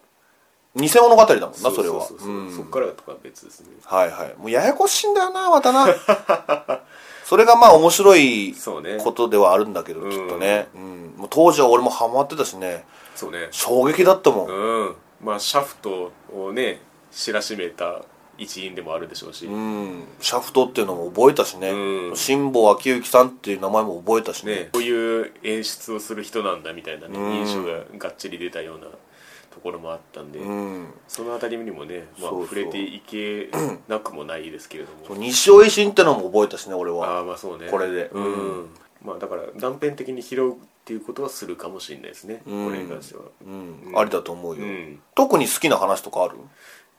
[SPEAKER 2] 偽物語だもんなそれは
[SPEAKER 1] ううそう
[SPEAKER 2] うん
[SPEAKER 1] そっからとかは別ですね
[SPEAKER 2] はいはいもうややこしいんだよなまたな それがまあ面白い
[SPEAKER 1] そうね
[SPEAKER 2] ことではあるんだけど、
[SPEAKER 1] うん
[SPEAKER 2] きっとね、うん、もう当時は俺もハマってたしね
[SPEAKER 1] そうね
[SPEAKER 2] 衝撃だったもん、
[SPEAKER 1] うんまあシャフトをね知らしめた一員でもあるでしょうし、
[SPEAKER 2] うん、シャフトっていうのも覚えたしね、
[SPEAKER 1] うん
[SPEAKER 2] 辛坊昭之さんっていう名前も覚えたしね
[SPEAKER 1] ね、こういう演出をする人なんだみたいな、ね
[SPEAKER 2] うん
[SPEAKER 1] 印象ががっちり出たようなところもあったんで、
[SPEAKER 2] うん、
[SPEAKER 1] その辺りにもね、まあ、
[SPEAKER 2] そうそう
[SPEAKER 1] 触れていけなくもないですけれども、
[SPEAKER 2] そう西尾維新ってのも覚えたしね俺は
[SPEAKER 1] ああまあそうね
[SPEAKER 2] これで
[SPEAKER 1] うん、まあだから断片的に拾うっていうことはするかもしれないですね、
[SPEAKER 2] うん
[SPEAKER 1] これに関しては、
[SPEAKER 2] うん
[SPEAKER 1] うん
[SPEAKER 2] ありだと思うよ、
[SPEAKER 1] うん
[SPEAKER 2] 特に好きな話とかある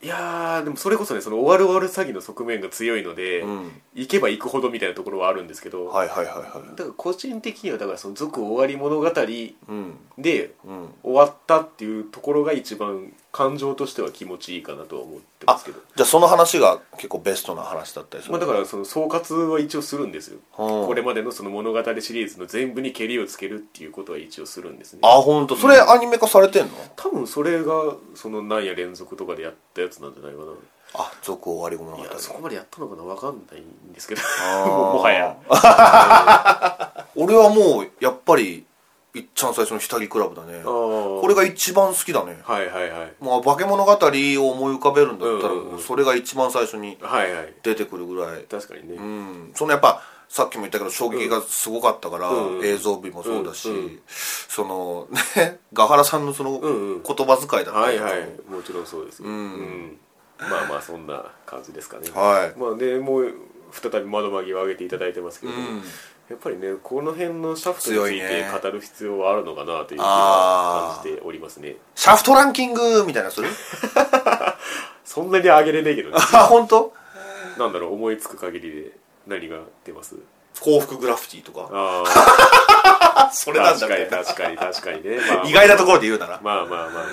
[SPEAKER 1] いやーでもそれこそねその終わる終わる詐欺の側面が強いので、
[SPEAKER 2] うん
[SPEAKER 1] 行けば行くほどみたいなところはあるんですけど、
[SPEAKER 2] はいはいはいは
[SPEAKER 1] だから個人的にはだからその続終わり物語
[SPEAKER 2] いうん
[SPEAKER 1] で
[SPEAKER 2] うん
[SPEAKER 1] 終わったっていうところが一番感情としては気持ちいいかなとは思ってま
[SPEAKER 2] あ
[SPEAKER 1] すけど
[SPEAKER 2] じゃあその話が結構ベストな話だったりする
[SPEAKER 1] まあ、だからその総括は一応するんですよ、
[SPEAKER 2] うん
[SPEAKER 1] これまでのその物語シリーズの全部にけりをつけるっていうことは一応するんですね
[SPEAKER 2] あ本当それアニメ化されてんの、
[SPEAKER 1] 多分それがそのなんや連続とかでやったやつなんじゃないかな
[SPEAKER 2] あ続終わり物語
[SPEAKER 1] いやそこまでやったのかなわかんないんですけど
[SPEAKER 2] あー
[SPEAKER 1] もうもはや
[SPEAKER 2] 俺はもうやっぱりいっちゃん最初の下着クラブだね
[SPEAKER 1] こ
[SPEAKER 2] これが一番好きだね
[SPEAKER 1] はいはいはい
[SPEAKER 2] まあ、化け物語を思い浮かべるんだったら、
[SPEAKER 1] うんうんうん
[SPEAKER 2] それが一番最初に
[SPEAKER 1] はいはい
[SPEAKER 2] 出てくるぐらい、
[SPEAKER 1] 確かにね、
[SPEAKER 2] うん、そのやっぱさっきも言ったけど衝撃がすごかったから、
[SPEAKER 1] うん
[SPEAKER 2] 映像美もそうだし、
[SPEAKER 1] うんう
[SPEAKER 2] そのねガハラさんのその
[SPEAKER 1] んうん
[SPEAKER 2] 言葉遣いだった
[SPEAKER 1] は
[SPEAKER 2] り
[SPEAKER 1] い
[SPEAKER 2] とか
[SPEAKER 1] はいもちろんそうですうん、まあまあそんな感じですかね
[SPEAKER 2] はい
[SPEAKER 1] まあでもう再び窓まぎを上げていただいてますけど、
[SPEAKER 2] うん
[SPEAKER 1] やっぱりねこの辺のシャフトについ
[SPEAKER 2] 強い
[SPEAKER 1] て
[SPEAKER 2] ね
[SPEAKER 1] 語る必要はあるのかなという気は感じておりますね
[SPEAKER 2] シャフトランキングみたいなのする
[SPEAKER 1] そんなに上げれないけどね
[SPEAKER 2] あ本当
[SPEAKER 1] なんだろう思いつく限りで何が出ます
[SPEAKER 2] 幸福グラフィティと か
[SPEAKER 1] ああ
[SPEAKER 2] それなんだ
[SPEAKER 1] 確
[SPEAKER 2] み
[SPEAKER 1] かに
[SPEAKER 2] たいな
[SPEAKER 1] 確かに確かに ね、まあ
[SPEAKER 2] 意外なところで言うなら、
[SPEAKER 1] まあまあまあ、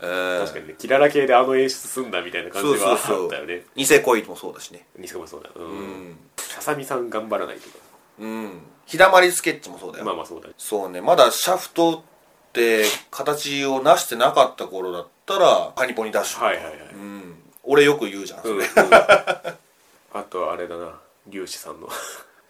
[SPEAKER 2] えー
[SPEAKER 1] 確かにねキララ系であの演出すんだみたいな感
[SPEAKER 2] そう
[SPEAKER 1] じは
[SPEAKER 2] そう
[SPEAKER 1] あ
[SPEAKER 2] そ
[SPEAKER 1] っ
[SPEAKER 2] う
[SPEAKER 1] たよね
[SPEAKER 2] 偽恋もそうだしね
[SPEAKER 1] 西川もそうだう
[SPEAKER 2] うんん
[SPEAKER 1] ささみさん頑張らないとか
[SPEAKER 2] うん日だまりスケッチもそうだよ、
[SPEAKER 1] まあまあそうだね
[SPEAKER 2] そうねまだシャフトって形をなしてなかった頃だったらパニポニダッシュとか
[SPEAKER 1] はいはいはい、
[SPEAKER 2] うん、俺よく言うじゃん、
[SPEAKER 1] うんうんあとはあれだな粒子さんの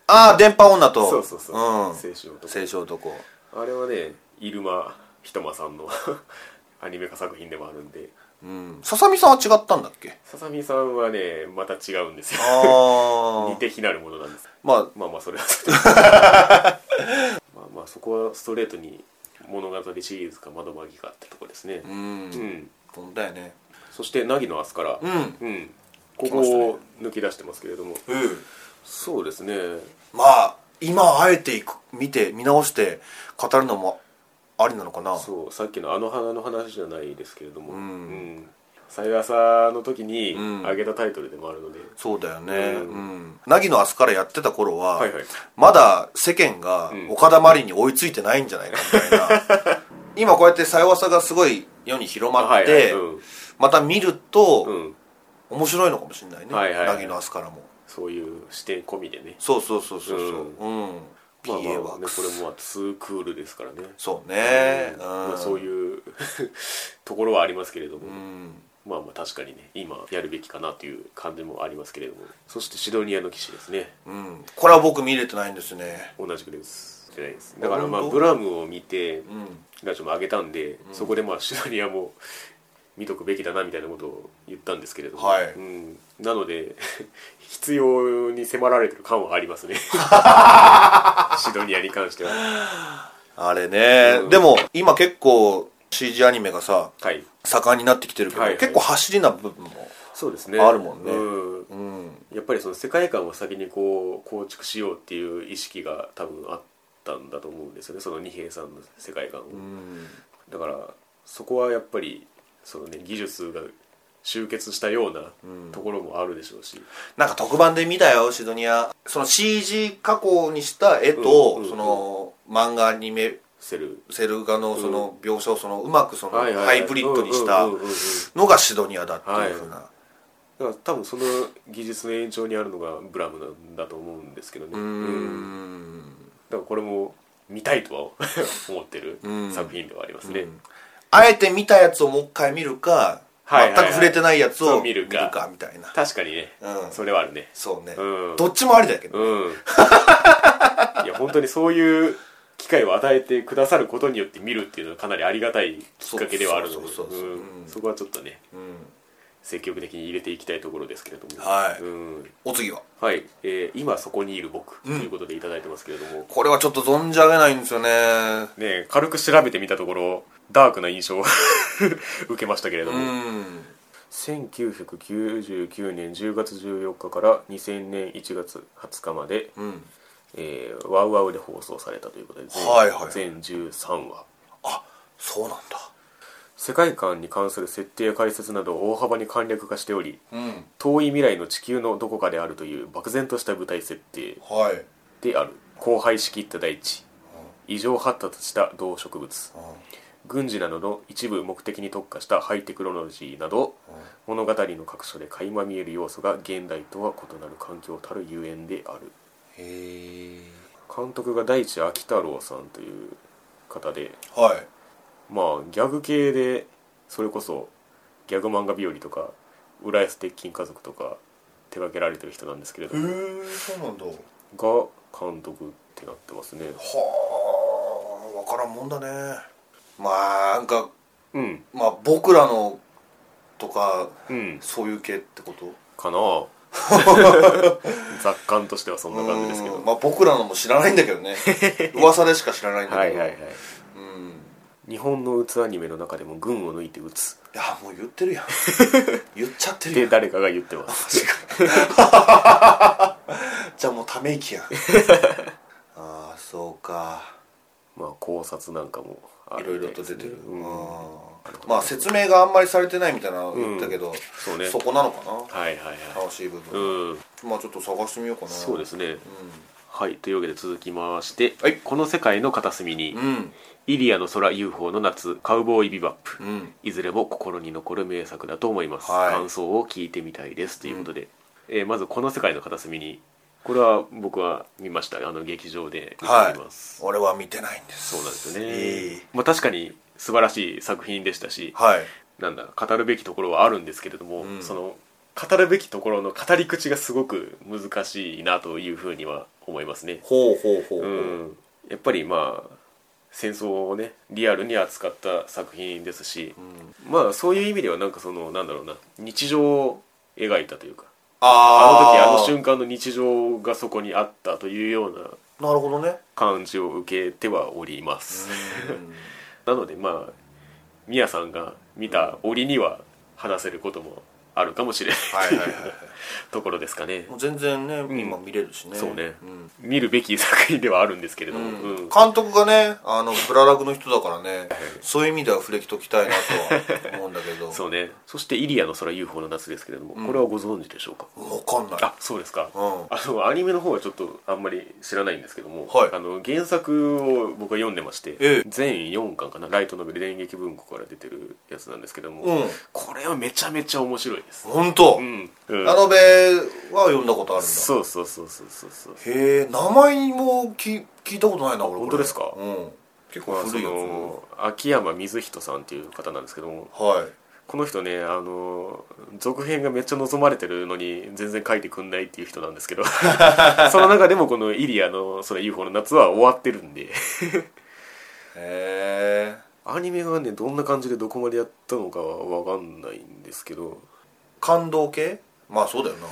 [SPEAKER 2] ああ電波女 と
[SPEAKER 1] そうそうそう、
[SPEAKER 2] ん、
[SPEAKER 1] 青春男
[SPEAKER 2] 青春男
[SPEAKER 1] あれはね入間ひとまさんの アニメ化作品でもあるんで
[SPEAKER 2] うんささみさんは違ったんだっ け
[SPEAKER 1] ささみさんはねまた違うんですよ
[SPEAKER 2] あ
[SPEAKER 1] 似
[SPEAKER 2] あ
[SPEAKER 1] て非なるものなんです
[SPEAKER 2] ま
[SPEAKER 1] まあまあそれは まあまあそこはストレートに物語シリーズか窓マギかってとこですね
[SPEAKER 2] あうん
[SPEAKER 1] うん、
[SPEAKER 2] ほんだよね
[SPEAKER 1] そして凪の明日から
[SPEAKER 2] うん
[SPEAKER 1] うんこ
[SPEAKER 2] 来
[SPEAKER 1] こ
[SPEAKER 2] ましたね
[SPEAKER 1] を抜き出してますけれども
[SPEAKER 2] うん
[SPEAKER 1] そうですね
[SPEAKER 2] まあ今あえていく見て見直して語るのもありなのかな
[SPEAKER 1] そうさっきのあの花の話じゃないですけれども
[SPEAKER 2] うん
[SPEAKER 1] うんさゆ朝の時に
[SPEAKER 2] うん
[SPEAKER 1] 挙げたタイトルでもあるので、
[SPEAKER 2] そうだよね
[SPEAKER 1] う
[SPEAKER 2] うんん凪、の明日からやってた頃は、
[SPEAKER 1] はいはい
[SPEAKER 2] まだ世間が
[SPEAKER 1] ん
[SPEAKER 2] 岡田真理に追いついてないんじゃないか みたいな今こうやってさよわさがすごい世に広まって、
[SPEAKER 1] はいはいうん
[SPEAKER 2] また見ると、
[SPEAKER 1] うん、
[SPEAKER 2] 面白いのかもしれないね、
[SPEAKER 1] はいはいはい
[SPEAKER 2] 凪の明日からも
[SPEAKER 1] そういう視点込みでね
[SPEAKER 2] そうそうそうそうそ
[SPEAKER 1] う
[SPEAKER 2] ううん、
[SPEAKER 1] まあま
[SPEAKER 2] PA
[SPEAKER 1] あ
[SPEAKER 2] ワー
[SPEAKER 1] ね
[SPEAKER 2] ク
[SPEAKER 1] こ
[SPEAKER 2] ス、
[SPEAKER 1] れもまあツークールですからね
[SPEAKER 2] そうね、うん
[SPEAKER 1] まあ、そういうところはありますけれども、
[SPEAKER 2] うん
[SPEAKER 1] まあまあ確かにね今やるべきかなという感じもありますけれどもそしてシドニアの騎士ですね
[SPEAKER 2] うん、これは僕見れてないんですね
[SPEAKER 1] 同じくですじゃないですだからま
[SPEAKER 2] あ
[SPEAKER 1] あ
[SPEAKER 2] 本当
[SPEAKER 1] ブラムを見て
[SPEAKER 2] うん
[SPEAKER 1] ラジオも上げたんで、そこでまあシドニアも見とくべきだなみたいなことを言ったんですけれども、
[SPEAKER 2] はい
[SPEAKER 1] うん、なので 必要に迫られてる感はあり ますねシドニアに関しては
[SPEAKER 2] あれね、
[SPEAKER 1] うん
[SPEAKER 2] でも今結構 CG アニメがさ
[SPEAKER 1] はい
[SPEAKER 2] 盛んになってきてるけど、
[SPEAKER 1] はいはい
[SPEAKER 2] 結構走りな部分も
[SPEAKER 1] そうですね
[SPEAKER 2] あるもんね
[SPEAKER 1] うん
[SPEAKER 2] うん
[SPEAKER 1] やっぱりその世界観を先にこう構築しようっていう意識が多分あったんだと思うんですよねその二平さんの世界観を、
[SPEAKER 2] うん
[SPEAKER 1] だからそこはやっぱりその、ね、技術が集結したようなところもあるでしょうし、
[SPEAKER 2] なんか特番で見たよシドニアその CG 加工にした絵と、
[SPEAKER 1] うんうんうん
[SPEAKER 2] その漫画アニメ
[SPEAKER 1] セル
[SPEAKER 2] セル画のその描写をそのうまくその
[SPEAKER 1] はいはいはい
[SPEAKER 2] ハイブリッドにした
[SPEAKER 1] うんうんうんうん
[SPEAKER 2] のがシドニアだっていうふうな、
[SPEAKER 1] だから多分その技術の延長にあるのがブラムなんだと思うんですけどね
[SPEAKER 2] う
[SPEAKER 1] うん
[SPEAKER 2] ん
[SPEAKER 1] だからこれも見たいとは思ってる
[SPEAKER 2] ん
[SPEAKER 1] 作品ではありますね、
[SPEAKER 2] あえて見たやつをもう一回見るか、
[SPEAKER 1] はいはいはい
[SPEAKER 2] 全く触れてないやつ
[SPEAKER 1] そ
[SPEAKER 2] を
[SPEAKER 1] う見るか
[SPEAKER 2] みたいな
[SPEAKER 1] 確かにね、
[SPEAKER 2] うん
[SPEAKER 1] それはあるね
[SPEAKER 2] そうね、
[SPEAKER 1] うん
[SPEAKER 2] どっちもありだけど、
[SPEAKER 1] うん いや本当にそういう機会を与えてくださることによって見るっていうのはかなりありがたいきっかけではあるので
[SPEAKER 2] そうそうそうそう
[SPEAKER 1] うん
[SPEAKER 2] うん
[SPEAKER 1] そこはちょっとね
[SPEAKER 2] うん
[SPEAKER 1] 積極的に入れていきたいところですけれども
[SPEAKER 2] はい
[SPEAKER 1] うん
[SPEAKER 2] お次は
[SPEAKER 1] はいえー今そこにいる僕」ということでいただいてますけれども、
[SPEAKER 2] これはちょっと存じ上げないんですよね
[SPEAKER 1] ね軽く調べてみたところダークな印象を 受けましたけれども、
[SPEAKER 2] うん
[SPEAKER 1] 1999年10月14日から2000年1月20日まで
[SPEAKER 2] うん
[SPEAKER 1] えー、ワウワウで放送されたということで全,、
[SPEAKER 2] はいはい
[SPEAKER 1] 全13話
[SPEAKER 2] あそうなんだ
[SPEAKER 1] 世界観に関する設定や解説などを大幅に簡略化しており
[SPEAKER 2] うん
[SPEAKER 1] 遠い未来の地球のどこかであるという漠然とした舞台設定
[SPEAKER 2] はい
[SPEAKER 1] である荒廃しきった大地異常発達した動植物軍事などの一部目的に特化したハイテクノロジーなど物語の各所で垣間見える要素が現代とは異なる環境たるゆえんである
[SPEAKER 2] へえ
[SPEAKER 1] 監督が大地秋太郎さんという方で
[SPEAKER 2] はい
[SPEAKER 1] まあギャグ系でそれこそギャグ漫画日和とか「浦安鉄筋家族」とか手掛けられてる人なんですけれども
[SPEAKER 2] えそうなんだ
[SPEAKER 1] が監督ってなってますね
[SPEAKER 2] はあ分からんもんだねまあなんか
[SPEAKER 1] うん
[SPEAKER 2] まあ僕らのとか
[SPEAKER 1] うん
[SPEAKER 2] そういう系ってこと
[SPEAKER 1] かな雑感としてはそんな感じですけど
[SPEAKER 2] うんまあ僕らのも知らないんだけ どね噂でしか知らないんだ
[SPEAKER 1] は
[SPEAKER 2] け
[SPEAKER 1] い
[SPEAKER 2] ど
[SPEAKER 1] はいはい
[SPEAKER 2] うん
[SPEAKER 1] 日本の打つアニメの中でも群を抜いて打つ
[SPEAKER 2] いやもう言っ てるやん言っちゃってる
[SPEAKER 1] で
[SPEAKER 2] やん
[SPEAKER 1] 誰かが言って ます
[SPEAKER 2] じゃあもうため息やんあか
[SPEAKER 1] まあ考察なんかもあ
[SPEAKER 2] いろい
[SPEAKER 1] るみ
[SPEAKER 2] ろ
[SPEAKER 1] た
[SPEAKER 2] と
[SPEAKER 1] です
[SPEAKER 2] 出
[SPEAKER 1] ね
[SPEAKER 2] てる、
[SPEAKER 1] うん
[SPEAKER 2] うんまあ説明があんまりされてないみたいなの言ったけど、
[SPEAKER 1] そうね
[SPEAKER 2] こなのかな
[SPEAKER 1] はいはいは
[SPEAKER 2] 楽しい部分、
[SPEAKER 1] いうん
[SPEAKER 2] まあちょっと探してみようかな
[SPEAKER 1] そうですすねはいというわけで続きまして、
[SPEAKER 2] はい
[SPEAKER 1] この世界の片隅に
[SPEAKER 2] うんうん
[SPEAKER 1] イリアの空 UFO の夏カウボーイビバップ、
[SPEAKER 2] うん
[SPEAKER 1] いずれも心に残る名作だと思います、
[SPEAKER 2] はい
[SPEAKER 1] 感想を聞いてみたいですということで、えーまずこの世界の片隅にこれは僕は見ましたあの劇場で見て
[SPEAKER 2] はい
[SPEAKER 1] おります、
[SPEAKER 2] 俺は見てないんです
[SPEAKER 1] そうなんですよね、
[SPEAKER 2] ええ
[SPEAKER 1] まあ、確かに素晴らしい作品でしたし、
[SPEAKER 2] はい
[SPEAKER 1] なんだ語るべきところはあるんですけれども、
[SPEAKER 2] うん
[SPEAKER 1] その語るべきところの語り口がすごく難しいなというふうには思いますね、
[SPEAKER 2] ほうほうほうほ
[SPEAKER 1] う
[SPEAKER 2] う、
[SPEAKER 1] ん、やっぱりまあ戦争をねリアルに扱った作品ですし、まあそういう意味ではなんかそのなんだろうな日常を描いたというかあ
[SPEAKER 2] あ
[SPEAKER 1] の
[SPEAKER 2] ー
[SPEAKER 1] 時あの瞬間の日常がそこにあったというような
[SPEAKER 2] なるほどね、
[SPEAKER 1] 感じを受けてはおります、
[SPEAKER 2] うん
[SPEAKER 1] なのでまあミヤさんが見た折には話せることもあるかもしれない
[SPEAKER 2] はいはいはいは
[SPEAKER 1] ところですかね
[SPEAKER 2] いもう全然ね、
[SPEAKER 1] ん
[SPEAKER 2] 今見れるしね
[SPEAKER 1] そうね
[SPEAKER 2] ん
[SPEAKER 1] 見るべき作品ではあるんですけれども、
[SPEAKER 2] うん
[SPEAKER 1] うん
[SPEAKER 2] 監督がねあのブララグの人だからねそういう意味では触れときたいなとは思うんだけ ど
[SPEAKER 1] そうねそして「イリアの空 UFO の夏」ですけれども、これはご存知でしょうか
[SPEAKER 2] 分かんない
[SPEAKER 1] あそうですか、
[SPEAKER 2] うん
[SPEAKER 1] あのアニメの方はちょっとあんまり知らないんですけども、
[SPEAKER 2] はい
[SPEAKER 1] あの原作を僕は読んでまして、
[SPEAKER 2] ええ
[SPEAKER 1] 全4巻かなライトノベル電撃文庫から出てるやつなんですけども、
[SPEAKER 2] うん
[SPEAKER 1] これはめちゃめちゃ面白いです、
[SPEAKER 2] 本当、
[SPEAKER 1] うんうん
[SPEAKER 2] ラノベは読んだことあるんだ
[SPEAKER 1] そうそうそうそうそうそう
[SPEAKER 2] へえ名前もき聞いたことないな俺これ
[SPEAKER 1] 本当ですか
[SPEAKER 2] うん結構
[SPEAKER 1] まあ、そ
[SPEAKER 2] 古いや
[SPEAKER 1] の秋山水人さんっていう方なんですけども
[SPEAKER 2] つはい
[SPEAKER 1] この人ねあの続編がめっちゃ望まれてるのに全然書いてくんないっていう人なんですけ どその中でもこの「イリアのその UFO の夏」は終わってるんで
[SPEAKER 2] へえ
[SPEAKER 1] アニメがねどんな感じでどこまでやったのかは分かんないんですけど
[SPEAKER 2] 感動系まあそうだよな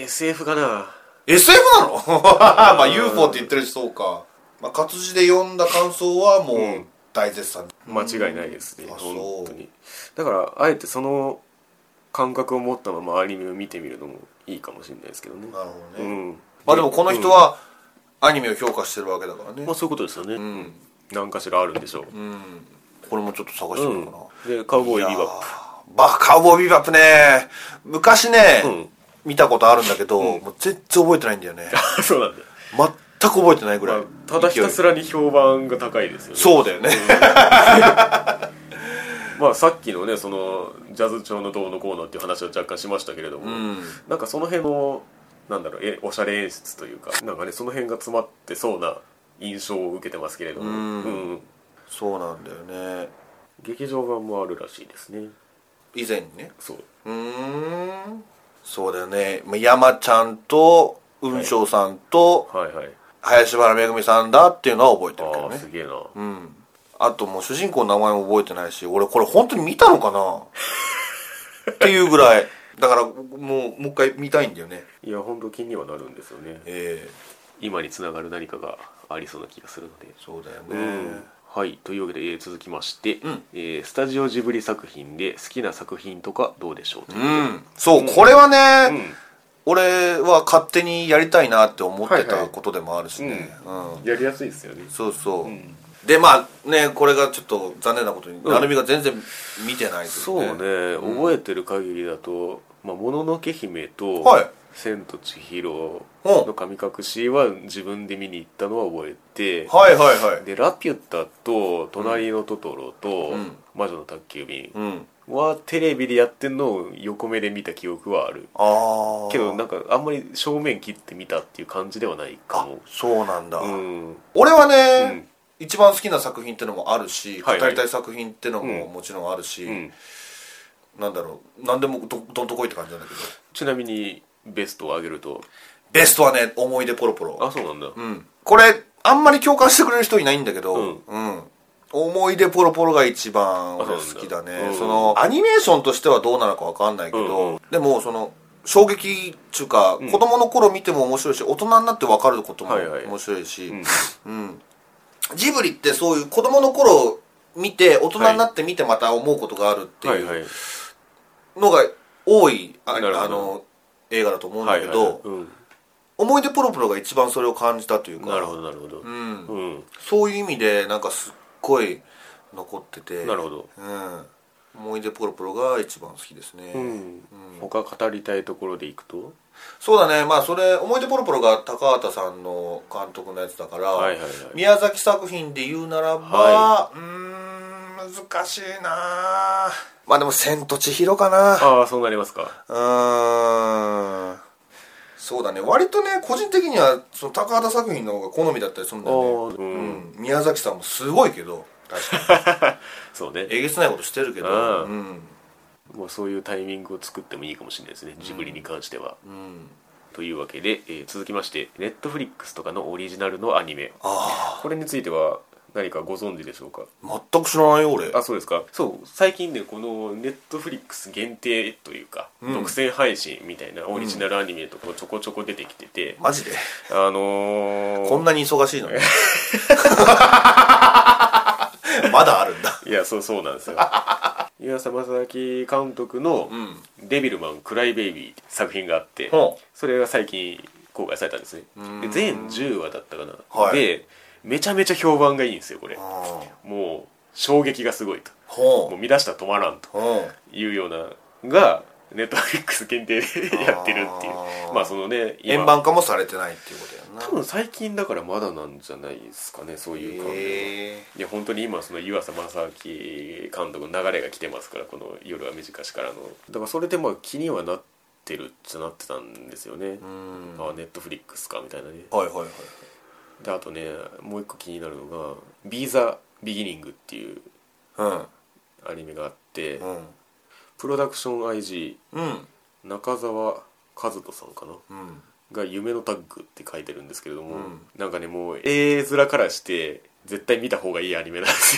[SPEAKER 1] SF かな
[SPEAKER 2] SF なの まあ UFO って言ってるしそうか、まあ、活字で読んだ感想はもう大絶賛、
[SPEAKER 1] 間違いないですね、
[SPEAKER 2] うんあそう
[SPEAKER 1] 本当にだからあえてその感覚を持ったままアニメを見てみるのもいいかもしれないですけどね
[SPEAKER 2] なるほど
[SPEAKER 1] う
[SPEAKER 2] ね、
[SPEAKER 1] ん
[SPEAKER 2] まあでもこの人はアニメを評価してるわけだからね
[SPEAKER 1] まあそういうことですよね、うん何かしらあるんでしょ
[SPEAKER 2] うん、これもちょっと探
[SPEAKER 1] う、
[SPEAKER 2] してみようかな、
[SPEAKER 1] うん、でカウボーイビバップ
[SPEAKER 2] あーバカウボーイビバップね昔ね、
[SPEAKER 1] うん
[SPEAKER 2] 見たことあるんだけど、もう全然覚えてないん だよね
[SPEAKER 1] そうなんだ、
[SPEAKER 2] 全く覚えてないぐらい、
[SPEAKER 1] まあ、ただひたすらに評判が高いですよね
[SPEAKER 2] そうだよね、
[SPEAKER 1] まあさっきのねそのジャズ調のどうのこうのっていう話は若干しましたけれども、
[SPEAKER 2] うん
[SPEAKER 1] なんかその辺のなんだろうえおしゃれ演出というかなんかねその辺が詰まってそうな印象を受けてますけれども、
[SPEAKER 2] うん
[SPEAKER 1] うん
[SPEAKER 2] そうなんだよね
[SPEAKER 1] 劇場版もあるらしいですね
[SPEAKER 2] 以前にね
[SPEAKER 1] そう
[SPEAKER 2] うーんそうだよねまあ山ちゃんと雲翔さんと
[SPEAKER 1] はいはい
[SPEAKER 2] 林原めぐみさんだっていうのは覚えてるけ
[SPEAKER 1] あ
[SPEAKER 2] ど
[SPEAKER 1] あ
[SPEAKER 2] ね
[SPEAKER 1] すげえな、
[SPEAKER 2] うんあともう主人公の名前も覚えてないし俺これ本当に見たのかな っていうぐらいだからもうもう一回見たいんだよね
[SPEAKER 1] いや本当気にはなるんですよね
[SPEAKER 2] ええ
[SPEAKER 1] 今につながる何かがありそうな気がするので
[SPEAKER 2] そうだよね、
[SPEAKER 1] はいというわけで、えー続きまして、
[SPEAKER 2] ん
[SPEAKER 1] えースタジオジブリ作品で好きな作品とかどうでしょうというう、
[SPEAKER 2] ん、そう、これはね、
[SPEAKER 1] うん
[SPEAKER 2] 俺は勝手にやりたいなって思って
[SPEAKER 1] はいは
[SPEAKER 2] た
[SPEAKER 1] い
[SPEAKER 2] ことでもあるしね、うん
[SPEAKER 1] やりやすいですよね
[SPEAKER 2] そうそう、
[SPEAKER 1] ん
[SPEAKER 2] でまあねこれがちょっと残念なことに
[SPEAKER 1] ん
[SPEAKER 2] 成美、が全然見てないとい
[SPEAKER 1] そうね、覚えてる限りだと「まあもののけ姫」と
[SPEAKER 2] はい
[SPEAKER 1] 千と千尋」
[SPEAKER 2] うん
[SPEAKER 1] の神隠しは自分で見に行ったのは覚えて、
[SPEAKER 2] はいはいはい
[SPEAKER 1] で「ラピュタ」と「隣のトトロ」と
[SPEAKER 2] うん
[SPEAKER 1] 「魔女の宅急便
[SPEAKER 2] うん」
[SPEAKER 1] はテレビでやってんのを横目で見た記憶はある
[SPEAKER 2] ああ
[SPEAKER 1] けどなんかあんまり正面切ってみたっていう感じではないかも
[SPEAKER 2] そうなんだ、
[SPEAKER 1] うん
[SPEAKER 2] 俺はね、一番好きな作品ってのもあるし、
[SPEAKER 1] はいはい
[SPEAKER 2] 語りたい作品ってのももちろんあるし、
[SPEAKER 1] ん
[SPEAKER 2] なんだろう何でもどどんとこいって感じなんだけど
[SPEAKER 1] ちなみにベストを上げると
[SPEAKER 2] ベストはね思い出ポロポロ
[SPEAKER 1] あそうなんだ、
[SPEAKER 2] うん、これあんまり共感してくれる人いないんだけど、
[SPEAKER 1] うん
[SPEAKER 2] うん思い出ポロポロが一番俺好き
[SPEAKER 1] あそ
[SPEAKER 2] だ
[SPEAKER 1] うなん
[SPEAKER 2] ね
[SPEAKER 1] だうん
[SPEAKER 2] そのアニメーションとしてはどうなのかわかんないけど、
[SPEAKER 1] うんうん
[SPEAKER 2] でもその衝撃っていうか、子供の頃見ても面白いし大人になって分かることも
[SPEAKER 1] はいはい
[SPEAKER 2] 面白いし、うんジブリってそういう子供の頃見て大人になって見てまた思うことがあるって
[SPEAKER 1] はいいは
[SPEAKER 2] う
[SPEAKER 1] い
[SPEAKER 2] のが多いあ
[SPEAKER 1] なるほど
[SPEAKER 2] あの映画だと思うんだけど、
[SPEAKER 1] はいはいはいうん
[SPEAKER 2] 思い出ポロポロが一番それを感じたというか
[SPEAKER 1] なるほどなるほど
[SPEAKER 2] う、
[SPEAKER 1] うんん、
[SPEAKER 2] そういう意味でなんかすっごい残ってて
[SPEAKER 1] なるほど、
[SPEAKER 2] うん、思い出ポロポロが一番好きですね、
[SPEAKER 1] うん、他語りたいところでいくと
[SPEAKER 2] そうだねまあそれ思い出ポロポロが高畑さんの監督のやつだから、
[SPEAKER 1] はいはいはい
[SPEAKER 2] 宮崎作品で言うならば、
[SPEAKER 1] は
[SPEAKER 2] うーん難しいなあまあでも「千と千尋」かな
[SPEAKER 1] ああそうなりますか
[SPEAKER 2] うーんそうだね割とね個人的にはその高畑作品の方が好みだったりするんだよね、
[SPEAKER 1] あーうん
[SPEAKER 2] うん宮崎さんもすごいけど確かに
[SPEAKER 1] そうね
[SPEAKER 2] えげつないことしてるけど
[SPEAKER 1] うん
[SPEAKER 2] うん
[SPEAKER 1] もうそういうタイミングを作ってもいいかもしれないですねジブリに関しては、
[SPEAKER 2] うん
[SPEAKER 1] というわけで、えー続きましてネットフリックスとかのオリジナルのアニメ
[SPEAKER 2] あ
[SPEAKER 1] これについては何かご存知でしょうか
[SPEAKER 2] あ全く知らないよ俺
[SPEAKER 1] あそうですかそう最近ねこのネットフリックス限定というか、
[SPEAKER 2] うん
[SPEAKER 1] 独占配信みたいなオリジナルアニメとかちょこちょこ出てきてて、
[SPEAKER 2] マジで
[SPEAKER 1] あのー
[SPEAKER 2] こんなに忙しいのにまだあるんだ
[SPEAKER 1] いやそうそうなん ですよ岩佐正明監督の
[SPEAKER 2] うん
[SPEAKER 1] 「デビルマン・クライ・ベイビー」って作品があって、
[SPEAKER 2] ほ
[SPEAKER 1] それが最近公開されたんですね
[SPEAKER 2] ん
[SPEAKER 1] で全10話だったかな、
[SPEAKER 2] はい
[SPEAKER 1] でめちゃめちゃ評判がいいんですよこれ
[SPEAKER 2] あ
[SPEAKER 1] もう衝撃がすごいともう
[SPEAKER 2] ほ
[SPEAKER 1] 見出したら止まらんと
[SPEAKER 2] うほ
[SPEAKER 1] いうようながネットフリックス限定でやってるっていう
[SPEAKER 2] あー
[SPEAKER 1] まあそのね
[SPEAKER 2] う円盤化もされてないっていうことやんな
[SPEAKER 1] 多分最近だからまだなんじゃないですかねそういう感じは、
[SPEAKER 2] へえ
[SPEAKER 1] いや本当に今その湯浅正明監督の流れが来てますからこの「夜は短し」からのだからそれでまあ気にはなってるっちゃなってたんですよね
[SPEAKER 2] うん
[SPEAKER 1] あネットフリックスかみたいなね
[SPEAKER 2] はいはいはい
[SPEAKER 1] であとねもう一個気になるのが「ビーザ・ビギニング」っていう
[SPEAKER 2] うん
[SPEAKER 1] アニメがあって
[SPEAKER 2] うん
[SPEAKER 1] プロダクション IG
[SPEAKER 2] うん
[SPEAKER 1] 中澤和人さんかな
[SPEAKER 2] うん
[SPEAKER 1] が「夢のタッグ」って書いてるんですけれども、
[SPEAKER 2] うん
[SPEAKER 1] なんかねもう絵面からして絶対見た方がいいアニメなんです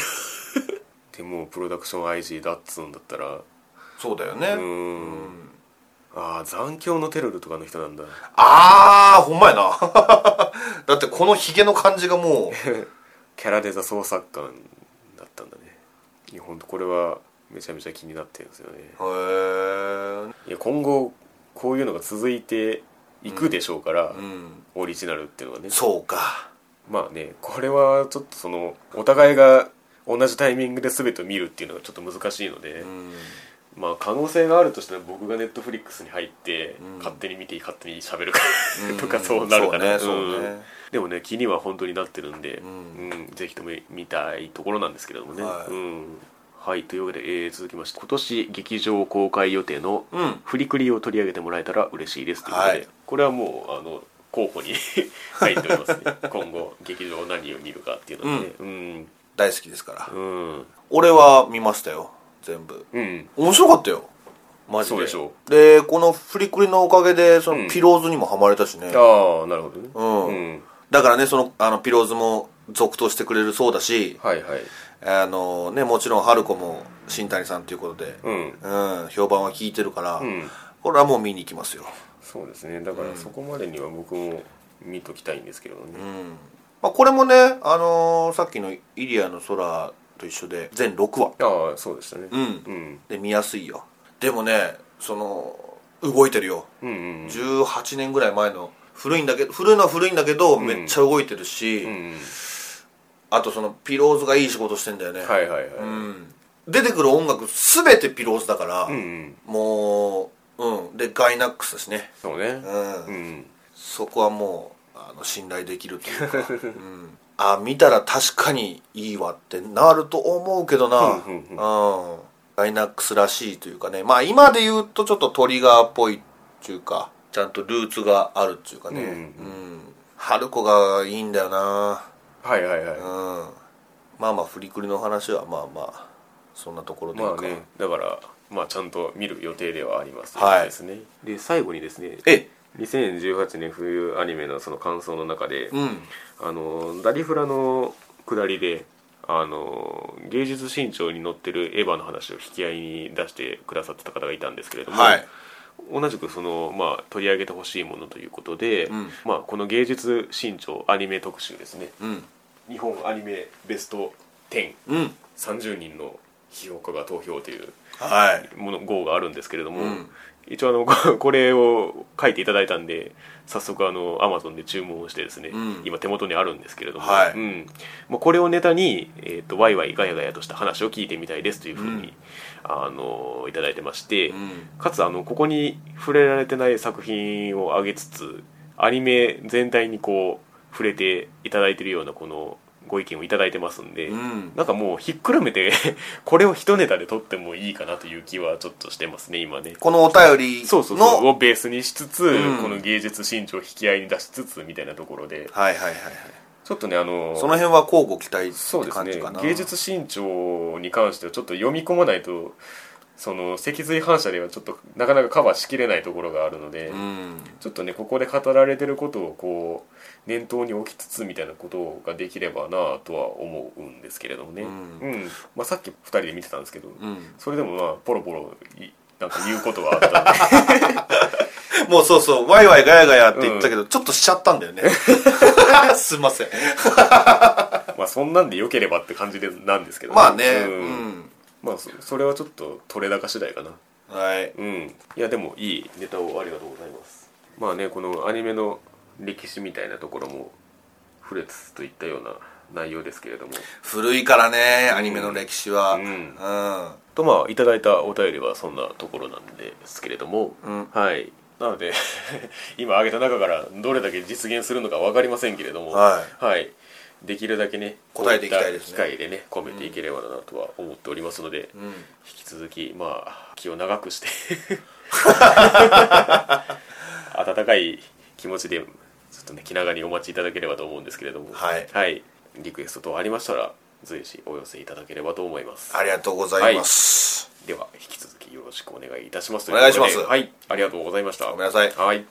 [SPEAKER 1] よでもうプロダクション IG だっつうんだったら
[SPEAKER 2] そうだよね
[SPEAKER 1] うーんああ残響のテロルとかの人なんだ
[SPEAKER 2] ああほんまやな だってこのヒゲの感じがもう
[SPEAKER 1] キャラデザ創作官だったんだねいやほんとこれはめちゃめちゃ気になってるんですよね
[SPEAKER 2] へえ
[SPEAKER 1] いや今後こういうのが続いていくでしょうから、
[SPEAKER 2] うん
[SPEAKER 1] オリジナルっていうのはね
[SPEAKER 2] そうか
[SPEAKER 1] まあねこれはちょっとそのお互いが同じタイミングで全てを見るっていうのがちょっと難しいので、
[SPEAKER 2] うん
[SPEAKER 1] まあ可能性があるとしたら僕がネットフリックスに入って、
[SPEAKER 2] うん
[SPEAKER 1] 勝手に見て勝手に喋るか
[SPEAKER 2] うん
[SPEAKER 1] とかそうなるかな、
[SPEAKER 2] そうねそうね
[SPEAKER 1] んでもね気には本当になってるんで、うんんぜひとも見たいところなんですけれどもね
[SPEAKER 2] はい
[SPEAKER 1] うんはいというわけで、えー続きまして今年劇場公開予定の
[SPEAKER 2] うん
[SPEAKER 1] フリクリを取り上げてもらえたら嬉しいですということで、
[SPEAKER 2] はい
[SPEAKER 1] これはもうあの候補に 入っており ますね今後劇場何を見るかっていうのはねうん
[SPEAKER 2] 大好きですから
[SPEAKER 1] うん
[SPEAKER 2] 俺は見ましたよ全部
[SPEAKER 1] うん
[SPEAKER 2] 面白かったよマ
[SPEAKER 1] そ
[SPEAKER 2] ジで
[SPEAKER 1] うでしょ
[SPEAKER 2] でこのフリクリのおかげでそうの
[SPEAKER 1] ん
[SPEAKER 2] ピローズにもハマれたしね、
[SPEAKER 1] ああなるほどね
[SPEAKER 2] うん
[SPEAKER 1] うん、
[SPEAKER 2] だからねそのあのピローズも続投してくれるそうだし
[SPEAKER 1] はいはい
[SPEAKER 2] あのねもちろん春子も新谷さんということで、
[SPEAKER 1] うん
[SPEAKER 2] うん評判は聞いてるから、
[SPEAKER 1] ん
[SPEAKER 2] これはもう見に行きますよ、
[SPEAKER 1] そうですねだからそこまでには僕も見ときたいんですけどね、
[SPEAKER 2] うんまあ、これもね、あのーさっきの「イリアの空」と一緒で全6話
[SPEAKER 1] ああそうでしたね
[SPEAKER 2] うん、
[SPEAKER 1] うん
[SPEAKER 2] で見やすいよでもねその動いてるよ
[SPEAKER 1] うんうん
[SPEAKER 2] 18年ぐらい前の古いんだけど古いのは古いんだけど、めっちゃ動いてるし、
[SPEAKER 1] うん
[SPEAKER 2] あとそのピローズがいい仕事してんだよね、
[SPEAKER 1] はいはいはい、
[SPEAKER 2] うん、出てくる音楽全てピローズだから、
[SPEAKER 1] うんうん
[SPEAKER 2] もううんでガイナックスだしね
[SPEAKER 1] そうね
[SPEAKER 2] うん、
[SPEAKER 1] うん
[SPEAKER 2] そこはもうあの信頼できる というか、うん、あ見たら確かにいいわってなると思うけどな
[SPEAKER 1] うんうん
[SPEAKER 2] うんガイナックスらしいというかねまあ今で言うとちょっとトリガーっぽいっていうかちゃんとルーツがあるっていうかね
[SPEAKER 1] う
[SPEAKER 2] うん春子がいいんだよな
[SPEAKER 1] はいはいはい、
[SPEAKER 2] うんまあまあ振りくりの話はまあまあそんなところという
[SPEAKER 1] まあ
[SPEAKER 2] か、
[SPEAKER 1] ねだからまあちゃんと見る予定ではあります
[SPEAKER 2] はい
[SPEAKER 1] ですねで最後にですね
[SPEAKER 2] え
[SPEAKER 1] 2018年冬アニメのその感想の中で
[SPEAKER 2] うん
[SPEAKER 1] あのダリフラの下りであの芸術新潮に載ってるエヴァの話を引き合いに出してくださってた方がいたんですけれども、
[SPEAKER 2] はい
[SPEAKER 1] 同じくその、まあ、取り上げてほしいものということで、
[SPEAKER 2] ん
[SPEAKER 1] まあ、この芸術新潮アニメ特集ですね
[SPEAKER 2] うん
[SPEAKER 1] 日本アニメベスト1030
[SPEAKER 2] うん
[SPEAKER 1] 人の批評家が投票という
[SPEAKER 2] はい
[SPEAKER 1] もの号があるんですけれども、
[SPEAKER 2] うん
[SPEAKER 1] 一応あの ここれを書いていただいたんで早速あのアマゾンで注文をしてですね、
[SPEAKER 2] ん
[SPEAKER 1] 今手元にあるんですけれども、
[SPEAKER 2] はい
[SPEAKER 1] うんまあ、これをネタに、えー、とワイワイガヤガヤとした話を聞いてみたいですというふうに、
[SPEAKER 2] うん
[SPEAKER 1] あのいただいてまして、
[SPEAKER 2] うん
[SPEAKER 1] かつあのここに触れられてない作品を挙げつつアニメ全体にこう触れていただいてるようなこのご意見をいただいてますんで、
[SPEAKER 2] うん
[SPEAKER 1] なんかもうひっくるめて これを一ネタで撮ってもいいかなという気はちょっとしてますね今ね
[SPEAKER 2] このお便りの
[SPEAKER 1] そうそうそうをベースにしつつ、
[SPEAKER 2] うん
[SPEAKER 1] この芸術新潮を引き合いに出しつつみたいなところで
[SPEAKER 2] はいはいはいはい
[SPEAKER 1] ちょっとねあの
[SPEAKER 2] その辺は交互期待
[SPEAKER 1] そう
[SPEAKER 2] っ
[SPEAKER 1] で
[SPEAKER 2] て
[SPEAKER 1] す
[SPEAKER 2] 感
[SPEAKER 1] ね
[SPEAKER 2] じかな、
[SPEAKER 1] 芸術新潮に関してはちょっと読み込まないとその脊髄反射ではちょっとなかなかカバーしきれないところがあるので、
[SPEAKER 2] うん
[SPEAKER 1] ちょっとねここで語られてることをこう念頭に置きつつみたいなことができればなとは思うんですけれどもね、
[SPEAKER 2] うん
[SPEAKER 1] うんまあ、さっき2人で見てたんですけど、
[SPEAKER 2] うん
[SPEAKER 1] それでもまあポロポロいなんか言うことはあったん で
[SPEAKER 2] もうそうそうワイワイガヤガヤって言ったけど、ちょっとしちゃったん だよねすいません
[SPEAKER 1] まあそんなんでよければって感じでなんですけど、
[SPEAKER 2] まあね
[SPEAKER 1] うんまあそそれはちょっと取れ高次第かな
[SPEAKER 2] うん、はい
[SPEAKER 1] うんいやでもいいネタをありがとうございますまあねこのアニメの歴史みたいなところもフレツといったような内容ですけれども
[SPEAKER 2] 古いからねアニメの歴史は
[SPEAKER 1] うん
[SPEAKER 2] うん
[SPEAKER 1] とまあいただいたお便りはそんなところなんですけれども、
[SPEAKER 2] うん
[SPEAKER 1] はいなので 今挙げた中からどれだけ実現するのか分かりませんけれども、
[SPEAKER 2] はい
[SPEAKER 1] できるだけね
[SPEAKER 2] 答えていきたいですね
[SPEAKER 1] こうった機会でね込めていければなとは思っておりますので、
[SPEAKER 2] うん
[SPEAKER 1] 引き続きまあ気を長く して温かい気持ちでちょっとね気長にお待ちいただければと思うんですけれども
[SPEAKER 2] はい
[SPEAKER 1] リクエスト等ありましたら随時お寄せいただければと思います
[SPEAKER 2] ありがとうございます、
[SPEAKER 1] では引き続きよろしくお願いいたします
[SPEAKER 2] お願いします
[SPEAKER 1] とうことではいありがとうございました
[SPEAKER 2] ごめんなさい
[SPEAKER 1] はい